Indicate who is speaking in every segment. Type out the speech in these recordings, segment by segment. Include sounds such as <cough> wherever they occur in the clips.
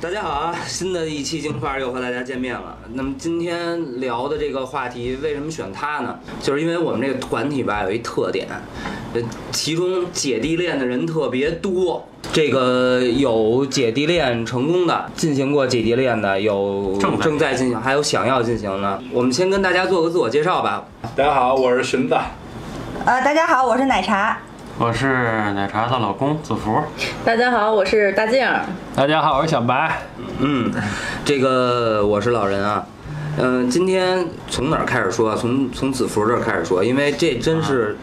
Speaker 1: 大家好啊！新的一期京范儿又和大家见面了。那么今天聊的这个话题，为什么选它呢？就是因为我们这个团体吧有一特点，呃，其中姐弟恋的人特别多。这个有姐弟恋成功的，进行过姐弟恋的，有
Speaker 2: 正在
Speaker 1: 正在进行，还有想要进行的。我们先跟大家做个自我介绍吧。
Speaker 3: 大家好，我是荀子。
Speaker 4: 呃，大家好，我是奶茶。
Speaker 2: 我是奶茶她老公子福，
Speaker 5: 大家好，我是大静儿。
Speaker 6: 大家好，我是小白。
Speaker 1: 嗯，这个我是老人啊。嗯、今天从哪儿开始说啊？从从子福这儿开始说，因为这真是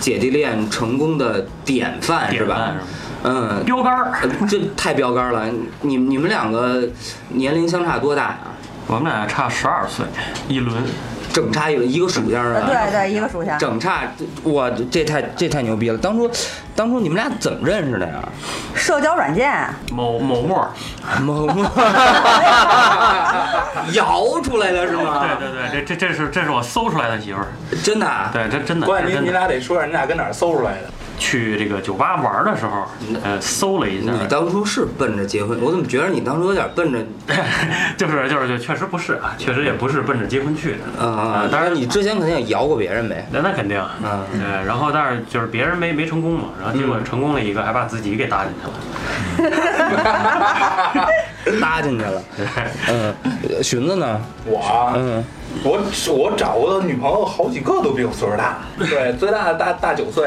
Speaker 1: 姐弟恋成功的典范，是
Speaker 2: 典
Speaker 1: 吧
Speaker 2: 范是吧？
Speaker 1: 嗯，
Speaker 2: 标杆儿。
Speaker 1: 呃这太标杆了。你你们两个年龄相差多大呀、
Speaker 2: 我们俩差十二岁，一轮。
Speaker 1: 整差有一个属相是
Speaker 4: 呃，
Speaker 1: 吧？
Speaker 4: 对对，一个属相。
Speaker 1: 整差，哇，这太这太牛逼了！当初当初你们俩怎么认识的呀？ <laughs>
Speaker 4: 社交软件，
Speaker 2: 某某陌儿，
Speaker 1: 某某摇出来的是吗？
Speaker 2: 对对对，这这这是这是我搜出来的媳妇儿，
Speaker 1: 真的啊。
Speaker 2: 对，这真的，
Speaker 3: <laughs> 关
Speaker 2: 这是真
Speaker 3: 键你你
Speaker 2: 的。
Speaker 3: 俩得说，你俩跟哪儿搜出来的？
Speaker 2: 去这个酒吧玩的时候，呃，搜了一下，
Speaker 1: 你当初是奔着结婚，我怎么觉得你当初有点奔着
Speaker 2: <laughs> 就是就是就确实不是啊，确实也不是奔着结婚去的。
Speaker 1: 啊？当然，你之前肯定也摇过别人 <laughs> 呗。
Speaker 2: 那那肯定，啊
Speaker 1: 嗯
Speaker 2: 对，然后但是就是别人没没成功嘛，然后结果成功了一个，还把自己给搭进去了。
Speaker 1: 搭进去 <laughs> 了。嗯，呃寻子呢？
Speaker 3: 我啊，
Speaker 1: 嗯，
Speaker 3: 我我找过的女朋友好几个都比我岁数大，
Speaker 1: <laughs>
Speaker 3: 对，最大的大大九岁，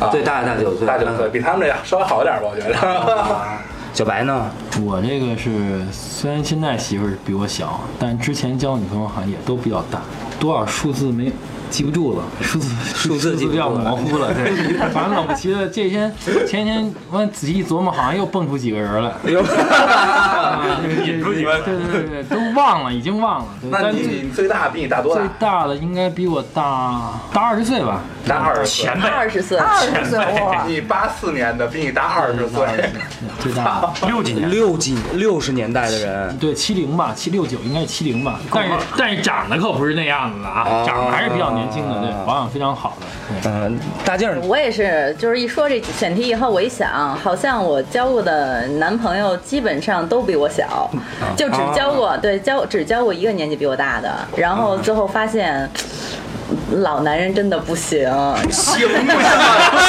Speaker 3: 啊
Speaker 1: 最大的大九岁，
Speaker 3: 大九岁，
Speaker 1: 嗯。
Speaker 3: 比他们这稍微好一点吧，我觉得。
Speaker 1: 小白呢？
Speaker 6: 我这个是，虽然现在媳妇儿比我小，但之前交女朋友好像也都比较大，多少数字没记不住了，数字
Speaker 1: 数字记不
Speaker 6: 比
Speaker 1: 住了
Speaker 6: 较模糊了。对，反正老不齐的，这天前天我仔细一琢磨，好像又蹦出几个人来。啊对对
Speaker 2: 引出
Speaker 6: 对
Speaker 2: 几个人
Speaker 6: 对对对对，都忘了，已经忘了。
Speaker 3: <laughs>
Speaker 6: 对
Speaker 3: 那
Speaker 6: 但
Speaker 3: 你
Speaker 6: 最
Speaker 3: 你最大比你大多
Speaker 6: 最
Speaker 3: 大？
Speaker 6: 大的应该比我大大二十岁吧？
Speaker 3: 大二十岁。
Speaker 2: 前辈，
Speaker 5: 二十岁，
Speaker 4: 二十岁哇，
Speaker 3: 你八四年的，比你大二十岁。
Speaker 1: 嗯
Speaker 3: <laughs>
Speaker 6: 最大的。
Speaker 2: 六几年，
Speaker 1: 六几六十年代的人，
Speaker 6: 对，七零吧，七六九应该是七零吧，但是但是长得可不是那样子的
Speaker 1: 哦
Speaker 6: 啊，长得还是比较年轻的，对，保养非常好的。对
Speaker 1: 嗯，大静儿
Speaker 5: 我也是，就是一说这选题以后，我一想，好像我交过的男朋友基本上都比我小，就只交过对交只交过一个年纪比我大的，然后最后发现。老男人真的不行，
Speaker 1: 行不 <laughs> 行？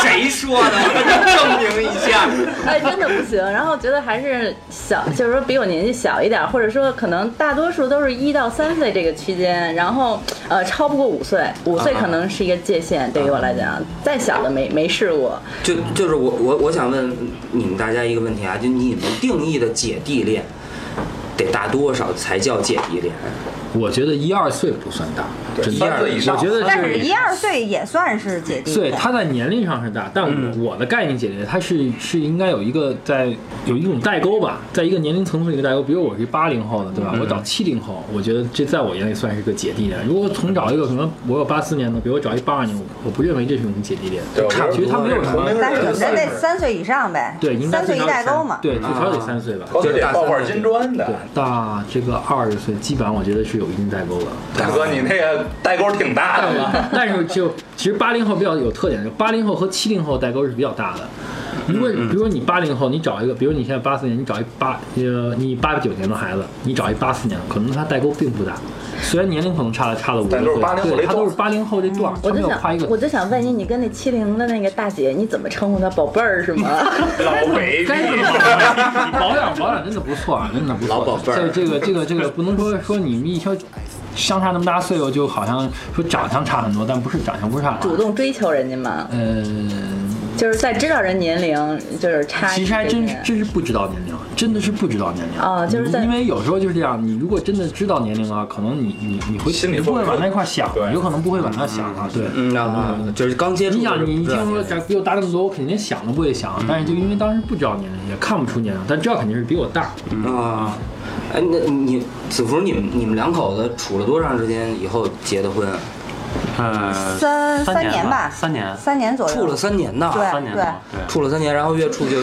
Speaker 1: 谁说的？证明一下。
Speaker 5: 哎，真的不行。然后觉得还是小，就是说比我年纪小一点，或者说可能大多数都是一到三岁这个区间，然后呃超不过五岁，五岁可能是一个界限，对于我来讲，再小的没没试过。
Speaker 1: <laughs> 就就是我我我想问你们大家一个问题啊，就你们定义的姐弟恋，得大多少才叫姐弟恋？
Speaker 6: 我觉得一二岁不算大，真的
Speaker 3: 三岁以上
Speaker 6: 我觉得
Speaker 4: 但是一二岁嗯也算是姐弟
Speaker 6: 对，
Speaker 4: 恋。
Speaker 6: 他在年龄上是大，但我我的概念姐姐，她是是应该有一个在有一种代沟吧，在一个年龄层次的一个代沟。比如我是八零后的，对吧？我找七零后，我觉得这在我眼里算是个姐弟恋。如果从找一个可能我有八四年的，比如我找一八二年，我我不认为这是一种姐弟恋。
Speaker 3: 对，我觉得
Speaker 6: 其实他没有什么
Speaker 3: 同龄
Speaker 4: 但是
Speaker 3: 人
Speaker 4: 可
Speaker 3: 的
Speaker 4: 能
Speaker 3: 岁
Speaker 4: 得
Speaker 3: 数，
Speaker 4: 三岁以上呗，
Speaker 6: 对，应该
Speaker 4: 三岁一
Speaker 6: 最少
Speaker 4: 代
Speaker 6: 得
Speaker 4: 沟嘛。
Speaker 6: 对，最少
Speaker 3: 啊
Speaker 6: 得三岁吧。
Speaker 3: 高铁爆块金砖的
Speaker 6: 对。，大这个二十岁，基本上我觉得是有一定代沟了。
Speaker 3: 大哥，你那个代沟挺大
Speaker 4: <laughs>
Speaker 3: 的嘛。
Speaker 6: <laughs> 但是就其实八零后比较有特点，就八零后和七零后代沟是比较大的。如果
Speaker 3: 嗯
Speaker 6: 比如你八零后，你找一个，比如你现在八四年，你找一八呃你八九年的孩子，你找一八四年的，可能他代沟并不大，虽然年龄可能差了差了五
Speaker 3: 但
Speaker 6: 六
Speaker 3: 都是
Speaker 6: 岁
Speaker 3: 80后，这
Speaker 6: 对，他
Speaker 3: 段
Speaker 6: 都是八零后这
Speaker 4: 嗯
Speaker 6: 段儿，他
Speaker 5: 我
Speaker 6: 没
Speaker 5: 就
Speaker 6: 有
Speaker 5: 想
Speaker 6: 跨一个，。
Speaker 5: 我就想问你，你跟那七零的那个大姐，你怎么称呼她？宝贝儿是吗？ <laughs>
Speaker 3: 老北
Speaker 6: 该怎么保养？你 <laughs> 保养保养真的不错啊，真的不错。
Speaker 1: 老宝贝儿
Speaker 6: 这这个这个这个不能说说你们一说相差那么大岁数，就好像说长相差很多，但不是长相不是差很多
Speaker 5: 主。动追求人家嘛，
Speaker 6: 呃，
Speaker 5: 就是在知道人年龄，就是差几
Speaker 6: 其实还
Speaker 5: 岁
Speaker 6: 真
Speaker 5: 这样。
Speaker 6: 真是不知道年龄，啊真的是不知道年龄
Speaker 5: 啊就是在
Speaker 6: 因为有时候就是这样，你如果真的知道年龄啊，可能你你你会
Speaker 3: 心里
Speaker 6: 你不
Speaker 3: 会
Speaker 6: 会
Speaker 3: 有
Speaker 6: 往那块想
Speaker 3: 对，
Speaker 6: 有可能不会往那想啊，对。
Speaker 1: 嗯啊，就是刚接触
Speaker 6: 你
Speaker 1: 的时候
Speaker 6: 想，
Speaker 3: 嗯
Speaker 1: 不知道。
Speaker 6: 你一听说咱比我大这么多，我肯定想都不会想，啊但是就因为当时不知道年龄，也看不出年龄，但知道肯定是比我大。
Speaker 1: 啊，哎，那你子福，你们你们两口子处了多长时间以后结的婚啊？
Speaker 2: 呃，
Speaker 4: 三
Speaker 2: 三
Speaker 4: 年吧，
Speaker 2: 三年，
Speaker 4: 三年左右。
Speaker 1: 处了三年呢，
Speaker 4: 对
Speaker 2: 三年多，对。
Speaker 1: 处了三年，然后越处就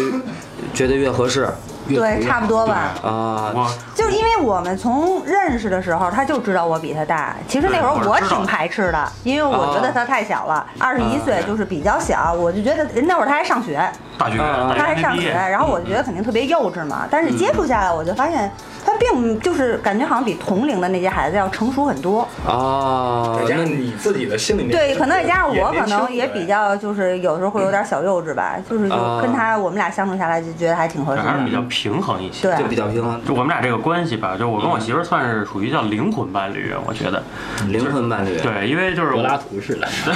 Speaker 1: 觉得越合适
Speaker 4: 对，差不多吧。
Speaker 1: 啊。
Speaker 2: 我
Speaker 4: 就是因为为我们从认识的时候，他就知道我比他大。其实那会儿
Speaker 2: 对我
Speaker 4: 我
Speaker 2: 知道
Speaker 4: 挺排斥的，因为我觉得他太小了，二十一岁就是比较小，我就觉得那会儿他还上学，
Speaker 2: 大学，
Speaker 1: 啊
Speaker 2: 大学
Speaker 4: 他还
Speaker 2: 没
Speaker 4: 上
Speaker 2: 毕
Speaker 4: 学，
Speaker 2: 业
Speaker 4: 然后我就觉得肯定特别幼稚嘛。但是接触下来，我就发现他并就是感觉好像比同龄的那些孩子要成熟很多。
Speaker 1: 哦，
Speaker 3: 再加
Speaker 1: 那
Speaker 3: 上你自己的心里面
Speaker 4: 对，可能也加上我，可能
Speaker 3: 年轻
Speaker 4: 也比较就是有时候会有点小幼稚吧，就是就跟他我们俩相处下来就觉得还挺合适
Speaker 2: 还是
Speaker 4: 的。
Speaker 2: 比较平衡一些。
Speaker 4: 对
Speaker 1: 就比较平衡，
Speaker 2: 就我们俩这个关系吧，就是我跟
Speaker 6: 嗯
Speaker 2: 我媳妇儿算是属于叫灵魂伴侣，我觉得。
Speaker 1: 灵魂伴侣。
Speaker 2: 对，因为就是
Speaker 6: 柏
Speaker 2: 我
Speaker 6: 拉图式的，
Speaker 1: <laughs>
Speaker 3: 嗯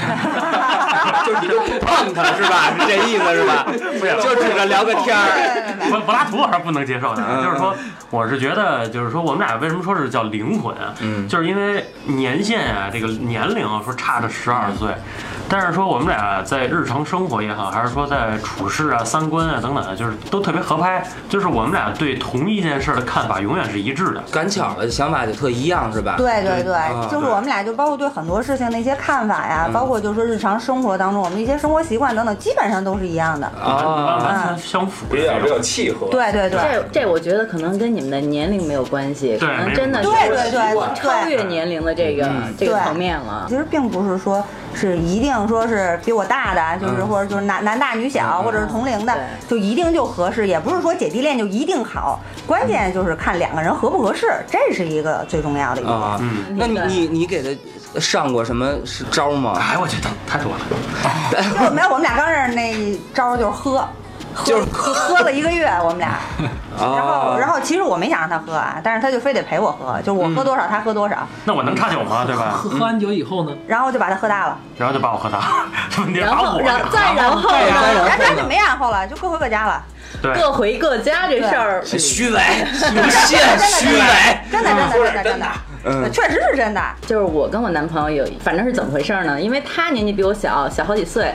Speaker 1: 就是你就不碰他是吧？是这意思是 <laughs> 吧？就指着聊个天儿。
Speaker 2: 柏柏拉图我还是不能接受
Speaker 6: 嗯
Speaker 2: 的，就是说，我是觉得，就是说，我们俩为什么说是叫灵魂啊？
Speaker 1: 嗯
Speaker 2: 就是因为年限啊，这个年龄啊说差着十二岁，但是说我们俩在日常生活也好，还是说在处事啊、三观啊等等啊，就是都特别合拍，就是我们俩对同一件事儿的看法永远是一致的。
Speaker 1: 赶巧了，想法就特一样是吧？
Speaker 4: 对对
Speaker 1: 啊
Speaker 4: 对，就是我们俩就包括对很多事情的一些看法呀，包括就是说日常生活当中我们一些生活习惯等等，基本上都是一样的。
Speaker 2: 完
Speaker 6: 哦
Speaker 1: 啊，
Speaker 2: 完全相符的
Speaker 3: 比较
Speaker 2: 那
Speaker 3: 比
Speaker 2: 种
Speaker 3: 较。契合。
Speaker 4: 对对对。
Speaker 5: 这这我觉得可能跟你们的年龄没有关系，可
Speaker 2: 对没
Speaker 5: 能
Speaker 2: 有
Speaker 5: 真的是
Speaker 4: 对对对对
Speaker 5: 超越年龄的这个这个
Speaker 4: 对
Speaker 5: 层面了
Speaker 4: 其。实并不是说是一定说是比我大的，就是
Speaker 1: 嗯
Speaker 4: 或者就是男男大女小，或者是同龄的就
Speaker 5: 对，
Speaker 4: 一定就合适，也不是说姐弟恋就一定好，关键就是看两个人合不合适，这是一个最重要的一点。
Speaker 1: 啊，
Speaker 2: 嗯
Speaker 1: 那你
Speaker 5: 对
Speaker 1: 你你给他上过什么是招吗？
Speaker 2: 哎，我觉得太多了。
Speaker 1: 哎 <laughs>
Speaker 4: 就我们我们俩刚认识那一招就是喝。喝
Speaker 1: 就是啊
Speaker 4: 喝喝了一个月，我
Speaker 1: <laughs>
Speaker 4: 们俩，然后然后其实我没想让他喝啊，但是他就非得陪我喝，就是我
Speaker 1: 嗯
Speaker 4: 喝多少他喝多少，
Speaker 2: 那我能插酒吗？对吧？
Speaker 6: 喝完酒以后呢，
Speaker 4: 然后就把他喝大了，
Speaker 2: 然后就把我喝 <laughs> 大，你
Speaker 5: 然
Speaker 2: 把
Speaker 5: 后，
Speaker 2: 我
Speaker 5: 然
Speaker 2: 呀
Speaker 5: 后再然后
Speaker 1: 对呀
Speaker 5: 呢，
Speaker 1: 然
Speaker 4: 然
Speaker 1: 后
Speaker 4: 后
Speaker 1: 呢
Speaker 4: 他就没然后了，就各回各家了。
Speaker 2: 对，
Speaker 5: 各回各家这事儿，
Speaker 1: 虚伪，无
Speaker 4: <laughs>
Speaker 1: 限虚
Speaker 4: 真的
Speaker 1: 伪。
Speaker 4: 真的真的真的真的，
Speaker 1: 嗯
Speaker 4: 确实是真的。
Speaker 5: 就是我跟我男朋友有，反正是怎么回事儿呢？因为他年纪比我小，小好几岁。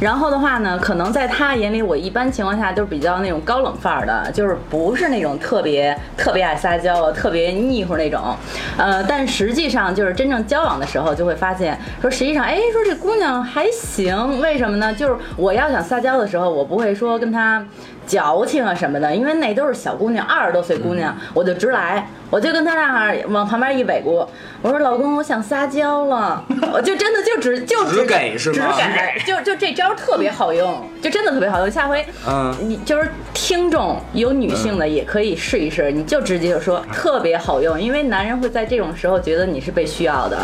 Speaker 5: 然后的话呢，可能在他眼里，我一般情况下都是比较那种高冷范儿的，就是不是那种特别特别爱撒娇啊、特别腻乎那种。呃，但实际上就是真正交往的时候，就会发现说，实际上，哎，说这姑娘还行，为什么呢？就是我要想撒娇的时候，我不会说跟她。矫情啊什么的，因为那都是小姑娘，二十多岁姑娘，我就直来，我就跟她那儿往旁边一尾咕，我说老公，我想撒娇 <laughs> 了，我就真的就只就
Speaker 1: 只给是吗
Speaker 5: 只给，就就这招特别好用，就真的特别好用。下回
Speaker 1: 嗯
Speaker 5: 你就是听众有女性的也可以试一试，你就直接就说特别好用，因为男人会在这种时候觉得你是被需要的。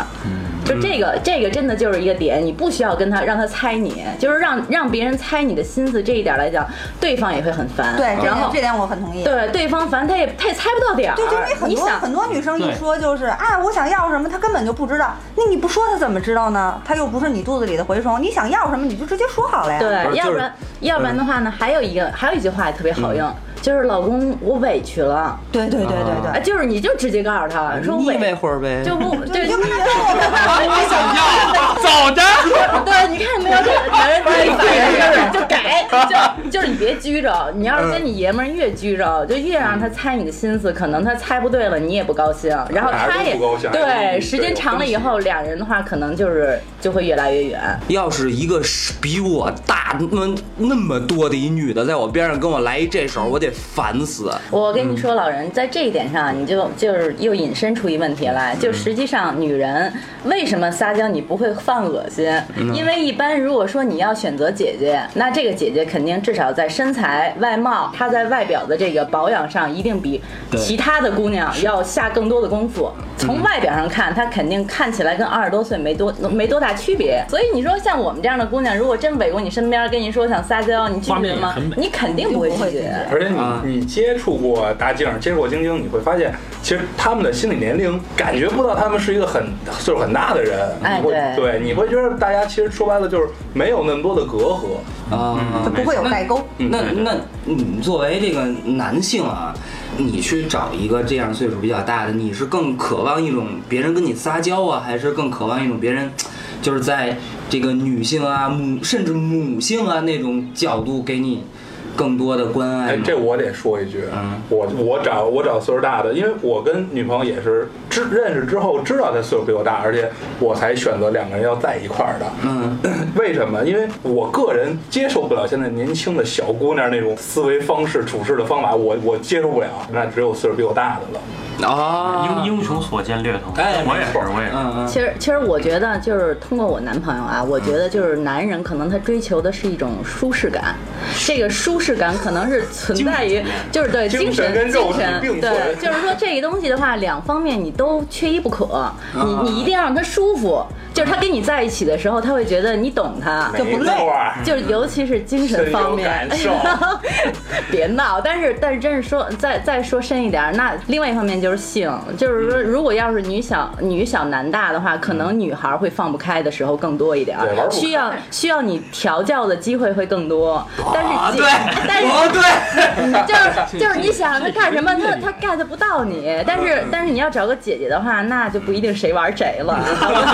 Speaker 5: 就这个，这个真的就是一个点，你不需要跟他让他猜你，就是让让别人猜你的心思，这一点来讲，对方也会很烦。
Speaker 4: 对，这
Speaker 5: 然
Speaker 4: 点
Speaker 5: 后
Speaker 4: 这点我很同意。
Speaker 5: 对对方烦，他也他也猜不到点儿。
Speaker 4: 对，就因为很
Speaker 5: 你
Speaker 4: 多
Speaker 5: 想
Speaker 4: 很多女生一
Speaker 6: 对
Speaker 4: 说就是啊，我想要什么，她根本就不知道。那你不说她怎么知道呢？她又不是你肚子里的蛔虫，你想要什么你就直接说好了呀。
Speaker 1: 不
Speaker 5: 对，
Speaker 1: 是
Speaker 5: 要
Speaker 1: 就是
Speaker 5: 不然、
Speaker 3: 嗯
Speaker 5: 要不然的话呢，还有一个还有一句话也特别好用，就是老公我委屈了，
Speaker 4: 对对对对
Speaker 5: 哎，
Speaker 4: 对
Speaker 5: 就是你就直接告诉他说
Speaker 1: 啊腻
Speaker 5: 委
Speaker 1: 歪会儿呗。<laughs>
Speaker 5: 就不对，
Speaker 4: 你就跟他说
Speaker 5: 我想
Speaker 1: 啊
Speaker 5: 要，走着。对，你看没有，这
Speaker 1: <laughs>
Speaker 5: 男人最烦人就是就给，就就是你别拘着，你
Speaker 3: 嗯
Speaker 5: 要是跟你爷们儿越拘着，就越让他猜你的心思，可能他猜不对了，你也不高兴，然后他也
Speaker 3: 俩人都不高兴还
Speaker 5: 对，
Speaker 3: 是
Speaker 5: 时间长了以后，俩人的话可能就是就会越来越远。
Speaker 1: 要是一个比我大那那么多的一女的在我边上跟我来一这手，我得烦死。啊
Speaker 5: 我跟你说，老人在这一点上，你就就是又引申出一问题来，
Speaker 6: 嗯
Speaker 5: 就实际上女人为什么撒娇你不会犯恶心？
Speaker 6: 嗯
Speaker 5: 因为一般如果说你要选择姐姐，那这个姐姐肯定至少在身材、外貌，她在外表的这个保养上，一定比
Speaker 6: 对
Speaker 5: 其他的姑娘要下更多的功夫。
Speaker 6: 嗯
Speaker 5: 从外表上看，她肯定看起来跟二十多岁没多没多大区别。所以你说像我们这样的姑娘，如果真围过你身边，跟你说想撒娇，你拒
Speaker 6: 画面
Speaker 5: 绝
Speaker 6: 也
Speaker 5: 吗
Speaker 6: 很美？
Speaker 5: 你肯定不会
Speaker 4: 不会
Speaker 5: 拒
Speaker 4: 拒
Speaker 5: 绝。
Speaker 4: 绝
Speaker 3: 而且你、
Speaker 1: 啊
Speaker 3: 你接触过大静，接触过晶晶，你会发现，其实他们的心理年龄感觉不到他们是一个很岁数很大的人，
Speaker 5: 哎
Speaker 3: 你会
Speaker 5: 对
Speaker 3: 你会觉得大家其实说白了就是没有那么多的隔阂。嗯
Speaker 1: 啊
Speaker 4: 就不会有代沟。
Speaker 1: 那那你作为这个男性啊，你去找一个这样岁数比较大的，你是更渴望一种别人跟你撒娇啊，还是更渴望一种别人，就是在这个女性啊、母甚至母性啊那种角度给你更多的关爱
Speaker 3: 哎，
Speaker 1: 呢？
Speaker 3: 这我得说一句，
Speaker 1: 嗯
Speaker 3: 我我找我找岁数大的，因为我跟女朋友也是知认识之后知道她岁数比我大，而且我才选择两个人要在一块儿的。
Speaker 1: 嗯，
Speaker 3: <clears throat> 为什么？因为我个人接受不了现在年轻的小姑娘那种思维方式、处事的方法，我我接受不了。那只有岁数比我大的了。
Speaker 1: 啊，
Speaker 2: 英英雄所见略同。
Speaker 1: 哎
Speaker 2: 我也
Speaker 1: 没
Speaker 2: 是，
Speaker 1: 错
Speaker 2: 我也是。
Speaker 1: 嗯嗯，
Speaker 5: 其实，其实我觉得就是通过我男朋友啊，我觉得就是男人可能他追求的是一种舒适感，这个舒适感可能是存在于就是对
Speaker 3: 精
Speaker 5: 精
Speaker 3: 神
Speaker 5: 神
Speaker 3: 跟肉
Speaker 5: 精
Speaker 3: 体
Speaker 5: 神
Speaker 3: 并存
Speaker 5: 对，就是说这个东西的话，两方面你都缺一不可，
Speaker 3: 嗯
Speaker 5: 你你一定要让他舒服，就是他跟你在一起的时候，他会觉得你懂他，
Speaker 4: 就不累
Speaker 3: 没错儿
Speaker 5: 就是尤其是精神方面
Speaker 3: 深
Speaker 5: <laughs>
Speaker 3: 有感，
Speaker 5: 别闹。但是但是真是说再再说深一点儿，那另外一方面就是性，就是
Speaker 3: 嗯
Speaker 5: 说如果要是女小女小男大的话，可能女孩会放不开的时候更多一点儿
Speaker 3: 对玩不，开哦
Speaker 5: 需要需要你调教的机会会更多。但是姐但是
Speaker 1: 哦对，
Speaker 2: <laughs>
Speaker 5: 就是就是你想他干什么，他他 get 不到你。但
Speaker 3: 嗯
Speaker 5: 是但是你要找个姐姐的话，那就不一定谁玩谁了。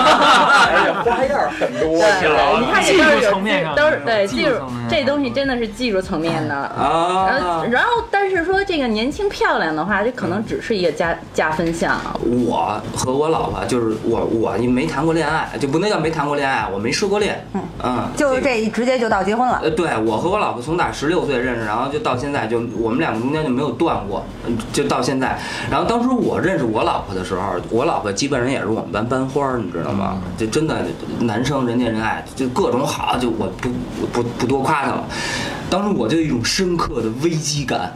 Speaker 3: 而且哎花样很多，
Speaker 5: 对
Speaker 3: <laughs> 是啊
Speaker 5: 对，
Speaker 3: 吧
Speaker 5: 你看这
Speaker 2: 技
Speaker 5: 都
Speaker 2: 术
Speaker 5: 是有
Speaker 2: 层面上
Speaker 5: 都是对
Speaker 2: 技术
Speaker 5: 技术
Speaker 2: 层面上
Speaker 5: 这东西真的是技术层面的。然
Speaker 1: 啊
Speaker 5: 后，然后，但是说这个年轻漂亮的话，这可能只是一个加加分项。啊
Speaker 1: 我和我老婆就是我我没谈过恋爱，就不能叫没谈过恋爱，我没失过恋，嗯
Speaker 4: 就这一直接就到结婚了。
Speaker 1: 呃，对我和我老婆从打十六岁认识，然后就到现在就我们两个中间就没有断过，嗯就到现在。然后当时我认识我老婆的时候，我老婆基本上也是我们班班花儿，你知道吗？就真的男生人见人爱，就各种好，就我不我不不多夸她了。当时我就有一种深刻的危机 <laughs> 感。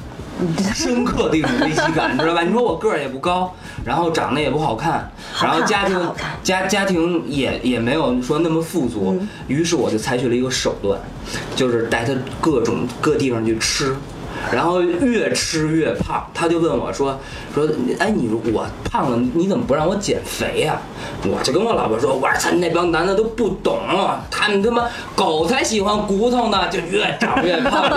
Speaker 1: 深刻的一种危机感，你知道吧？你说我个儿也不高，然后长得也不好看，然后家庭家家庭也也没有说那么富足，于是我就采取了一个手段，就是带他各种各地方去吃。然后越吃越胖，他就问我说：“说，哎，你我胖了，你怎么不让我减肥呀、我就跟我老婆说：“我操，那帮男的都不懂，他们他妈狗才喜欢骨头呢，就越长越胖，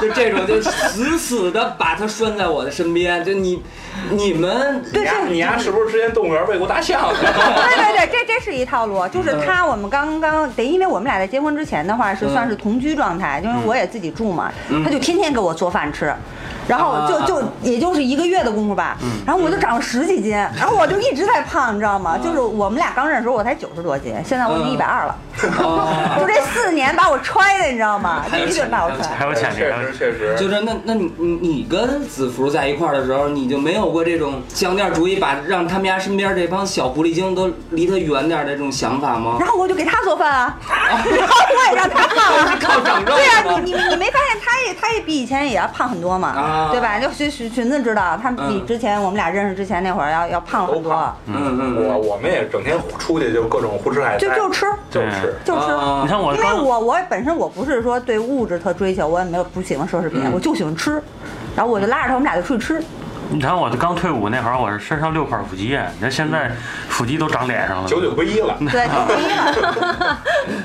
Speaker 1: 就就这种就死死的把他拴在我的身边。就你你们
Speaker 3: 你丫你丫是不是之前动物园喂过大象？啊
Speaker 1: <laughs>
Speaker 4: <laughs> 对对对，这这是一套路，
Speaker 1: 嗯
Speaker 4: 就是他，我们刚刚得，因为我们俩在结婚之前的话是算是
Speaker 1: 嗯
Speaker 4: 同居状态，因为我也自己住嘛，他就天天给我做饭吃。然后就
Speaker 1: 啊嗯
Speaker 4: 就也就是一个月的功夫吧，然后我就长了十几斤，然后我就一直在胖，你知道吗？就是我们俩刚认识的时候我才九十多斤，现在我已
Speaker 1: 嗯
Speaker 4: 经一百二了，
Speaker 1: 哦
Speaker 4: 就这四年把我揣的，你知道吗？
Speaker 1: <laughs> 还
Speaker 4: 就
Speaker 1: 有
Speaker 4: 一顿
Speaker 1: 钱
Speaker 4: 把我
Speaker 1: 还有
Speaker 4: 揣
Speaker 1: 钱。
Speaker 2: 还有潜力，
Speaker 3: 哎确实确实，
Speaker 1: 就是那那你你你跟子福在一块儿的时候，你就没有过这种想点主意把让他们家身边这帮小狐狸精都离他远点儿的这种想法吗？
Speaker 4: 然后我就给他做饭啊，然后我也让他胖啊，
Speaker 1: <laughs> 靠长肉
Speaker 4: 对呀、
Speaker 1: 吗
Speaker 4: 你你你没发现他也他也比以前也要胖很多嘛，
Speaker 1: 啊
Speaker 4: 对吧？就寻寻寻子知道，他比
Speaker 1: 嗯
Speaker 4: 之前、我们俩认识之前那会儿要要胖了很
Speaker 3: 都
Speaker 4: 多
Speaker 3: 胖，
Speaker 1: 嗯嗯，
Speaker 3: 我我们也整天出去就各种胡吃海塞，
Speaker 4: 就就吃
Speaker 3: 就
Speaker 2: 对
Speaker 3: 吃。
Speaker 4: 就吃。
Speaker 1: 啊
Speaker 2: 你看我
Speaker 4: 因为
Speaker 2: 刚
Speaker 4: 我我本身我不是说对物质特追求，我也没有不喜欢奢侈品，
Speaker 1: 嗯
Speaker 4: 我就喜欢吃，然后我就拉着他，我们俩就出去吃。
Speaker 2: 你看我刚退伍那会儿，我是身上六块腹肌，你看现在腹肌都长脸上了。
Speaker 3: 嗯九九归一了，
Speaker 4: 对，就不一样。
Speaker 1: 嗯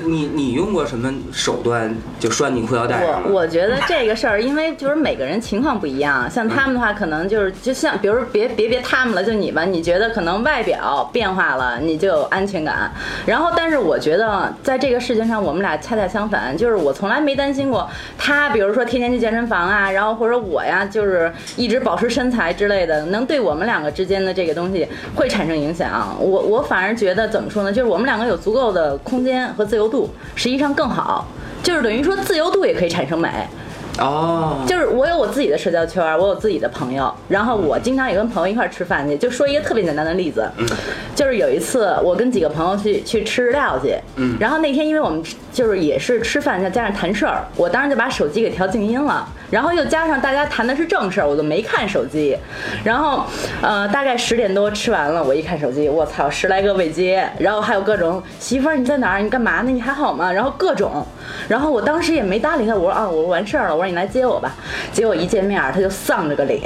Speaker 1: 你你用过什么手段就拴你裤腰带上
Speaker 5: 我
Speaker 1: 了？
Speaker 5: 我觉得这个事儿，因为就是每个人情况不一样，像他们的话，可能就是就像，比如说别别别他们了，就你吧，你觉得可能外表变化了，你就有安全感。然后，但是我觉得在这个事情上，我们俩恰恰相反，就是我从来没担心过他，比如说天天去健身房啊，然后或者我呀，就是一直保持身材之类的，能对我们两个之间的这个东西会产生影响。我我反而觉得怎么说呢，就是我们两个有足够的空间和自由度，实际上更好。就是等于说自由度也可以产生美。
Speaker 1: 哦，
Speaker 5: 就是我有我自己的社交圈儿，我有自己的朋友，然后我经常也跟朋友一块儿吃饭去。就说一个特别简单的例子，就是有一次我跟几个朋友去去吃日料去，然后那天因为我们就是也是吃饭再加上谈事儿，我当时就把手机给调静音了，然后又加上大家谈的是正事儿，我就没看手机。然后呃，大概十点多吃完了，我一看手机，我操，十来个未接，然后还有各种媳妇儿你在哪儿？你干嘛呢？你还好吗？然后各种，然后我当时也没搭理他，我说啊，我完事儿了，我说你来接我吧。结果一见面，他就丧着个脸，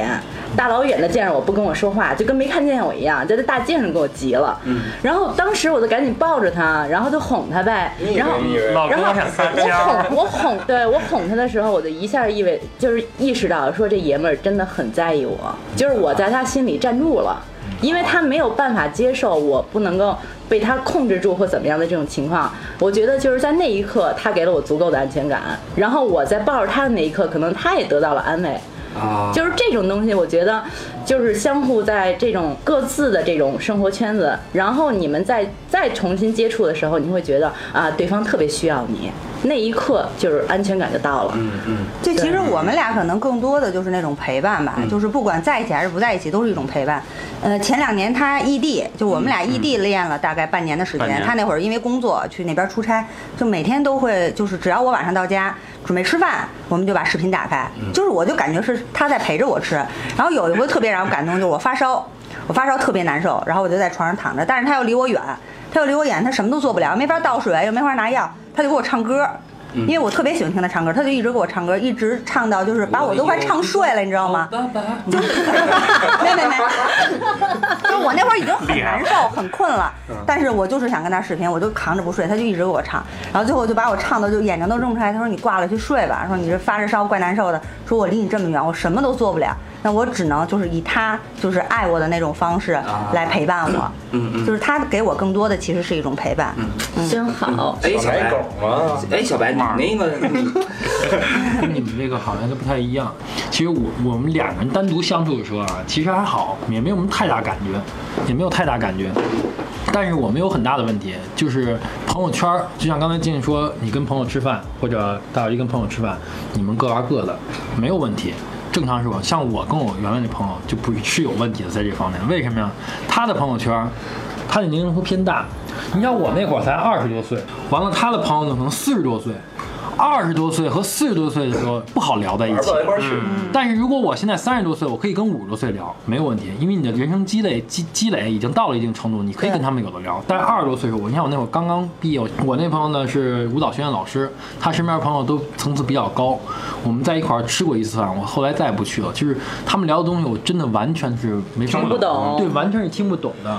Speaker 5: 大老远的见着我不跟我说话，就跟没看见我一样，就在大街上给我急了。然后当时我就赶紧抱着他，然后就哄他呗，
Speaker 3: 你以
Speaker 5: 然后
Speaker 3: 为。你以为
Speaker 2: 老
Speaker 5: 然
Speaker 2: 公，
Speaker 5: 后
Speaker 2: 我想撒
Speaker 5: 我
Speaker 2: 娇。
Speaker 5: 哄我哄，对我哄他的时候，我就一下意味就是意识到，说这爷们儿真的很在意我，就是我在他心里站住了，因为他没有办法接受我不能够被他控制住或怎么样的这种情况。我觉得就是在那一刻，他给了我足够的安全感，然后我在抱着他的那一刻，可能他也得到了安慰。
Speaker 1: 啊，
Speaker 5: 就是这种东西，我觉得就是相互在这种各自的这种生活圈子，然后你们再再重新接触的时候，你会觉得啊，对方特别需要你，那一刻就是安全感就到了。
Speaker 1: 嗯嗯，
Speaker 4: 这其实我们俩可能更多的就是那种陪伴吧，就是不管在一起还是不在一起，都是一种陪伴。呃，前两年他异地，就我们俩异地恋了大概半年的时
Speaker 2: 半
Speaker 4: 间。
Speaker 2: 年
Speaker 4: 他那会儿因为工作去那边出差，就每天都会，就是只要我晚上到家准备吃饭，我们就把视频打开，就是我就感觉是他在陪着我吃。然后有一回特别让我感动，就是我发烧，我发烧特别难受，然后我就在床上躺着，但是他又离我远，他又离我远，他什么都做不了，没法倒水，又没法拿药，他就给我唱歌。因为我特别喜欢听他唱歌，他就一直给我唱歌，一直唱到就是把我都快唱睡了，你知道吗？
Speaker 1: 爸爸，
Speaker 4: 没
Speaker 1: <laughs>
Speaker 4: 没没， <laughs> 就我那会儿已经很难受、很困了，
Speaker 1: 嗯
Speaker 4: 但是我就是想跟他视频，我就扛着不睡，他就一直给我唱，然后最后就把我唱的就眼睛都睁不开，他说你挂了去睡吧，说你这发着烧怪难受的，说我离你这么远，我什么都做不了，那我只能就是以他就是爱我的那种方式来陪伴我，
Speaker 1: 啊嗯嗯
Speaker 4: 就是他给我更多的其实是一种陪伴，
Speaker 5: 真好，
Speaker 1: 哎，小
Speaker 3: 奶
Speaker 1: 白
Speaker 3: 狗，嘛，
Speaker 1: 哎，小白，你那个，你
Speaker 6: 跟你们这个好像就不太一样。其实我我们两个人单独相处的时候啊，其实还好，也没有什么太大感觉，也没有太大感觉。但是我们有很大的问题，就是朋友圈儿，就像刚才静静说，你跟朋友吃饭，或者大小一跟朋友吃饭，你们各玩各的，没有问题。正常是吧？像我跟我原来那朋友就不是是有问题的，在这方面，为什么呀？他的朋友圈儿，他的年龄层偏大。你像我那会儿才二十多岁，完了他的朋友呢可能四十多岁，二十多岁和四十多岁的时候不好聊在一
Speaker 3: 玩不
Speaker 6: 起。
Speaker 3: 到一块儿去。
Speaker 6: 但是如果我现在三十多岁，我可以跟五十多岁聊，没有问题，因为你的人生积累积积累已经到了一定程度，你可以跟他们有的
Speaker 3: 嗯
Speaker 6: 聊。但是二十多岁的时候，我你看我那会儿刚刚毕业，我我那朋友呢是舞蹈学院老师，他身边的朋友都层次比较高，我们在一块儿吃过一次饭，我后来再也不去了。就是他们聊的东西，我真的完全是没法
Speaker 5: 听不懂
Speaker 6: 对，完全是听不懂的。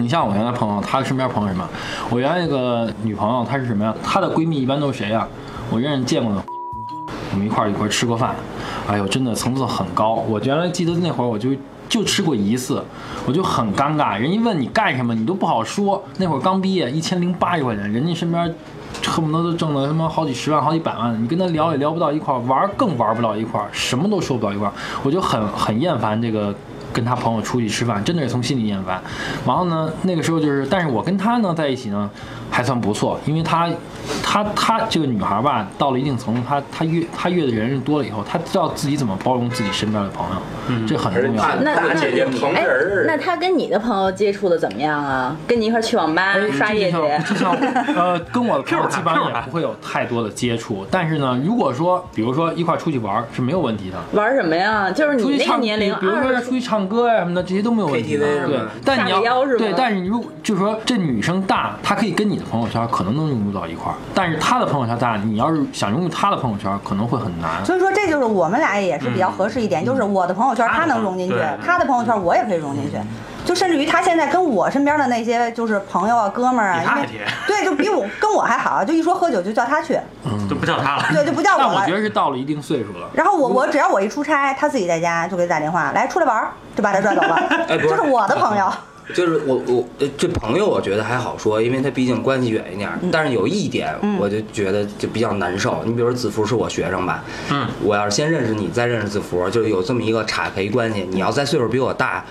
Speaker 6: 你像我原来朋友，他身边朋友是什么？我原来那个女朋友，她是什么呀？她的闺蜜一般都是谁呀？我认识见过的我们一块儿一块儿吃过饭，哎呦，真的层次很高。我原来记得那会儿我就就吃过一次，我就很尴尬，人家问你干什么，你都不好说。那会儿刚毕业，一千零八十块钱，人家身边恨不得都挣了他妈好几十万、好几百万，你跟他聊也聊不到一块儿，玩儿更玩不到一块儿，什么都说不到一块儿，我就很很厌烦这个。跟他朋友出去吃饭，真的是从心里厌烦。然后呢，那个时候就是，但是我跟他呢在一起呢，还算不错，因为他，他他这个女孩吧，到了一定程度，她她越她越的人多了以后，她知道自己怎么包容自己身边的朋友，这很
Speaker 3: 而且
Speaker 6: 重要。
Speaker 3: 大
Speaker 5: 那
Speaker 3: 大姐姐疼
Speaker 5: 哎
Speaker 3: 人，儿，
Speaker 5: 那他跟你的朋友接触的怎么样啊？跟你一块儿去网吧刷夜
Speaker 6: 就
Speaker 5: 去，
Speaker 6: 像就像呃，跟我的朋友基本
Speaker 2: Q
Speaker 6: 上
Speaker 2: 他
Speaker 6: 也不会有太多的接触，但是呢，如果说比如说一块儿出去玩儿是没有问题的。
Speaker 5: 玩什么呀？就是
Speaker 6: 出
Speaker 5: 你那
Speaker 6: 去
Speaker 5: 个
Speaker 6: 唱，
Speaker 5: 年龄，
Speaker 6: 比如
Speaker 5: 二
Speaker 6: 说
Speaker 5: 十
Speaker 6: 出去唱歌呀、什么的，这些都没有问题的。
Speaker 1: KTV 是吧
Speaker 6: 对，但你
Speaker 5: 下个腰
Speaker 6: 要
Speaker 5: 是吧
Speaker 6: 对，但是你如就是说这女生大，她可以跟你的朋友圈可能能融入到一块儿，但是她的朋友圈大，你要是想融入她的朋友圈，可能会很难。
Speaker 4: 所以说这就是我们俩也是比较合适一点，就是我的朋友圈
Speaker 2: 他
Speaker 4: 他能
Speaker 2: 能
Speaker 4: 融进去
Speaker 2: 对，
Speaker 4: 他的朋友圈我也可以融进去。就甚至于他现在跟我身边的那些就是朋友啊、哥们儿啊，
Speaker 2: 比他还
Speaker 4: 因为
Speaker 2: 贴
Speaker 4: 对，就比我跟我还好，啊就一说喝酒就叫他去，
Speaker 2: 就不叫他
Speaker 3: 嗯
Speaker 2: 了。
Speaker 4: 对，就不叫
Speaker 6: 但
Speaker 4: 我
Speaker 6: 我觉
Speaker 4: 了。
Speaker 6: 得是到了一定岁数了，
Speaker 4: 然后我我只要我一出差，他自己在家就给他打电话来出来玩儿，就把他拽走了。
Speaker 1: 哎不是
Speaker 4: 这是我的朋友，
Speaker 1: 就是我我呃这朋友我觉得还好说，因为他毕竟关系远一点儿。但是有一点
Speaker 4: 嗯
Speaker 1: 我就觉得就比较难受。你比如说子福是我学生吧，
Speaker 2: 嗯，
Speaker 1: 我要是先认识你，再认识子福，就是有这么一个差陪关系。你要再岁数比我大，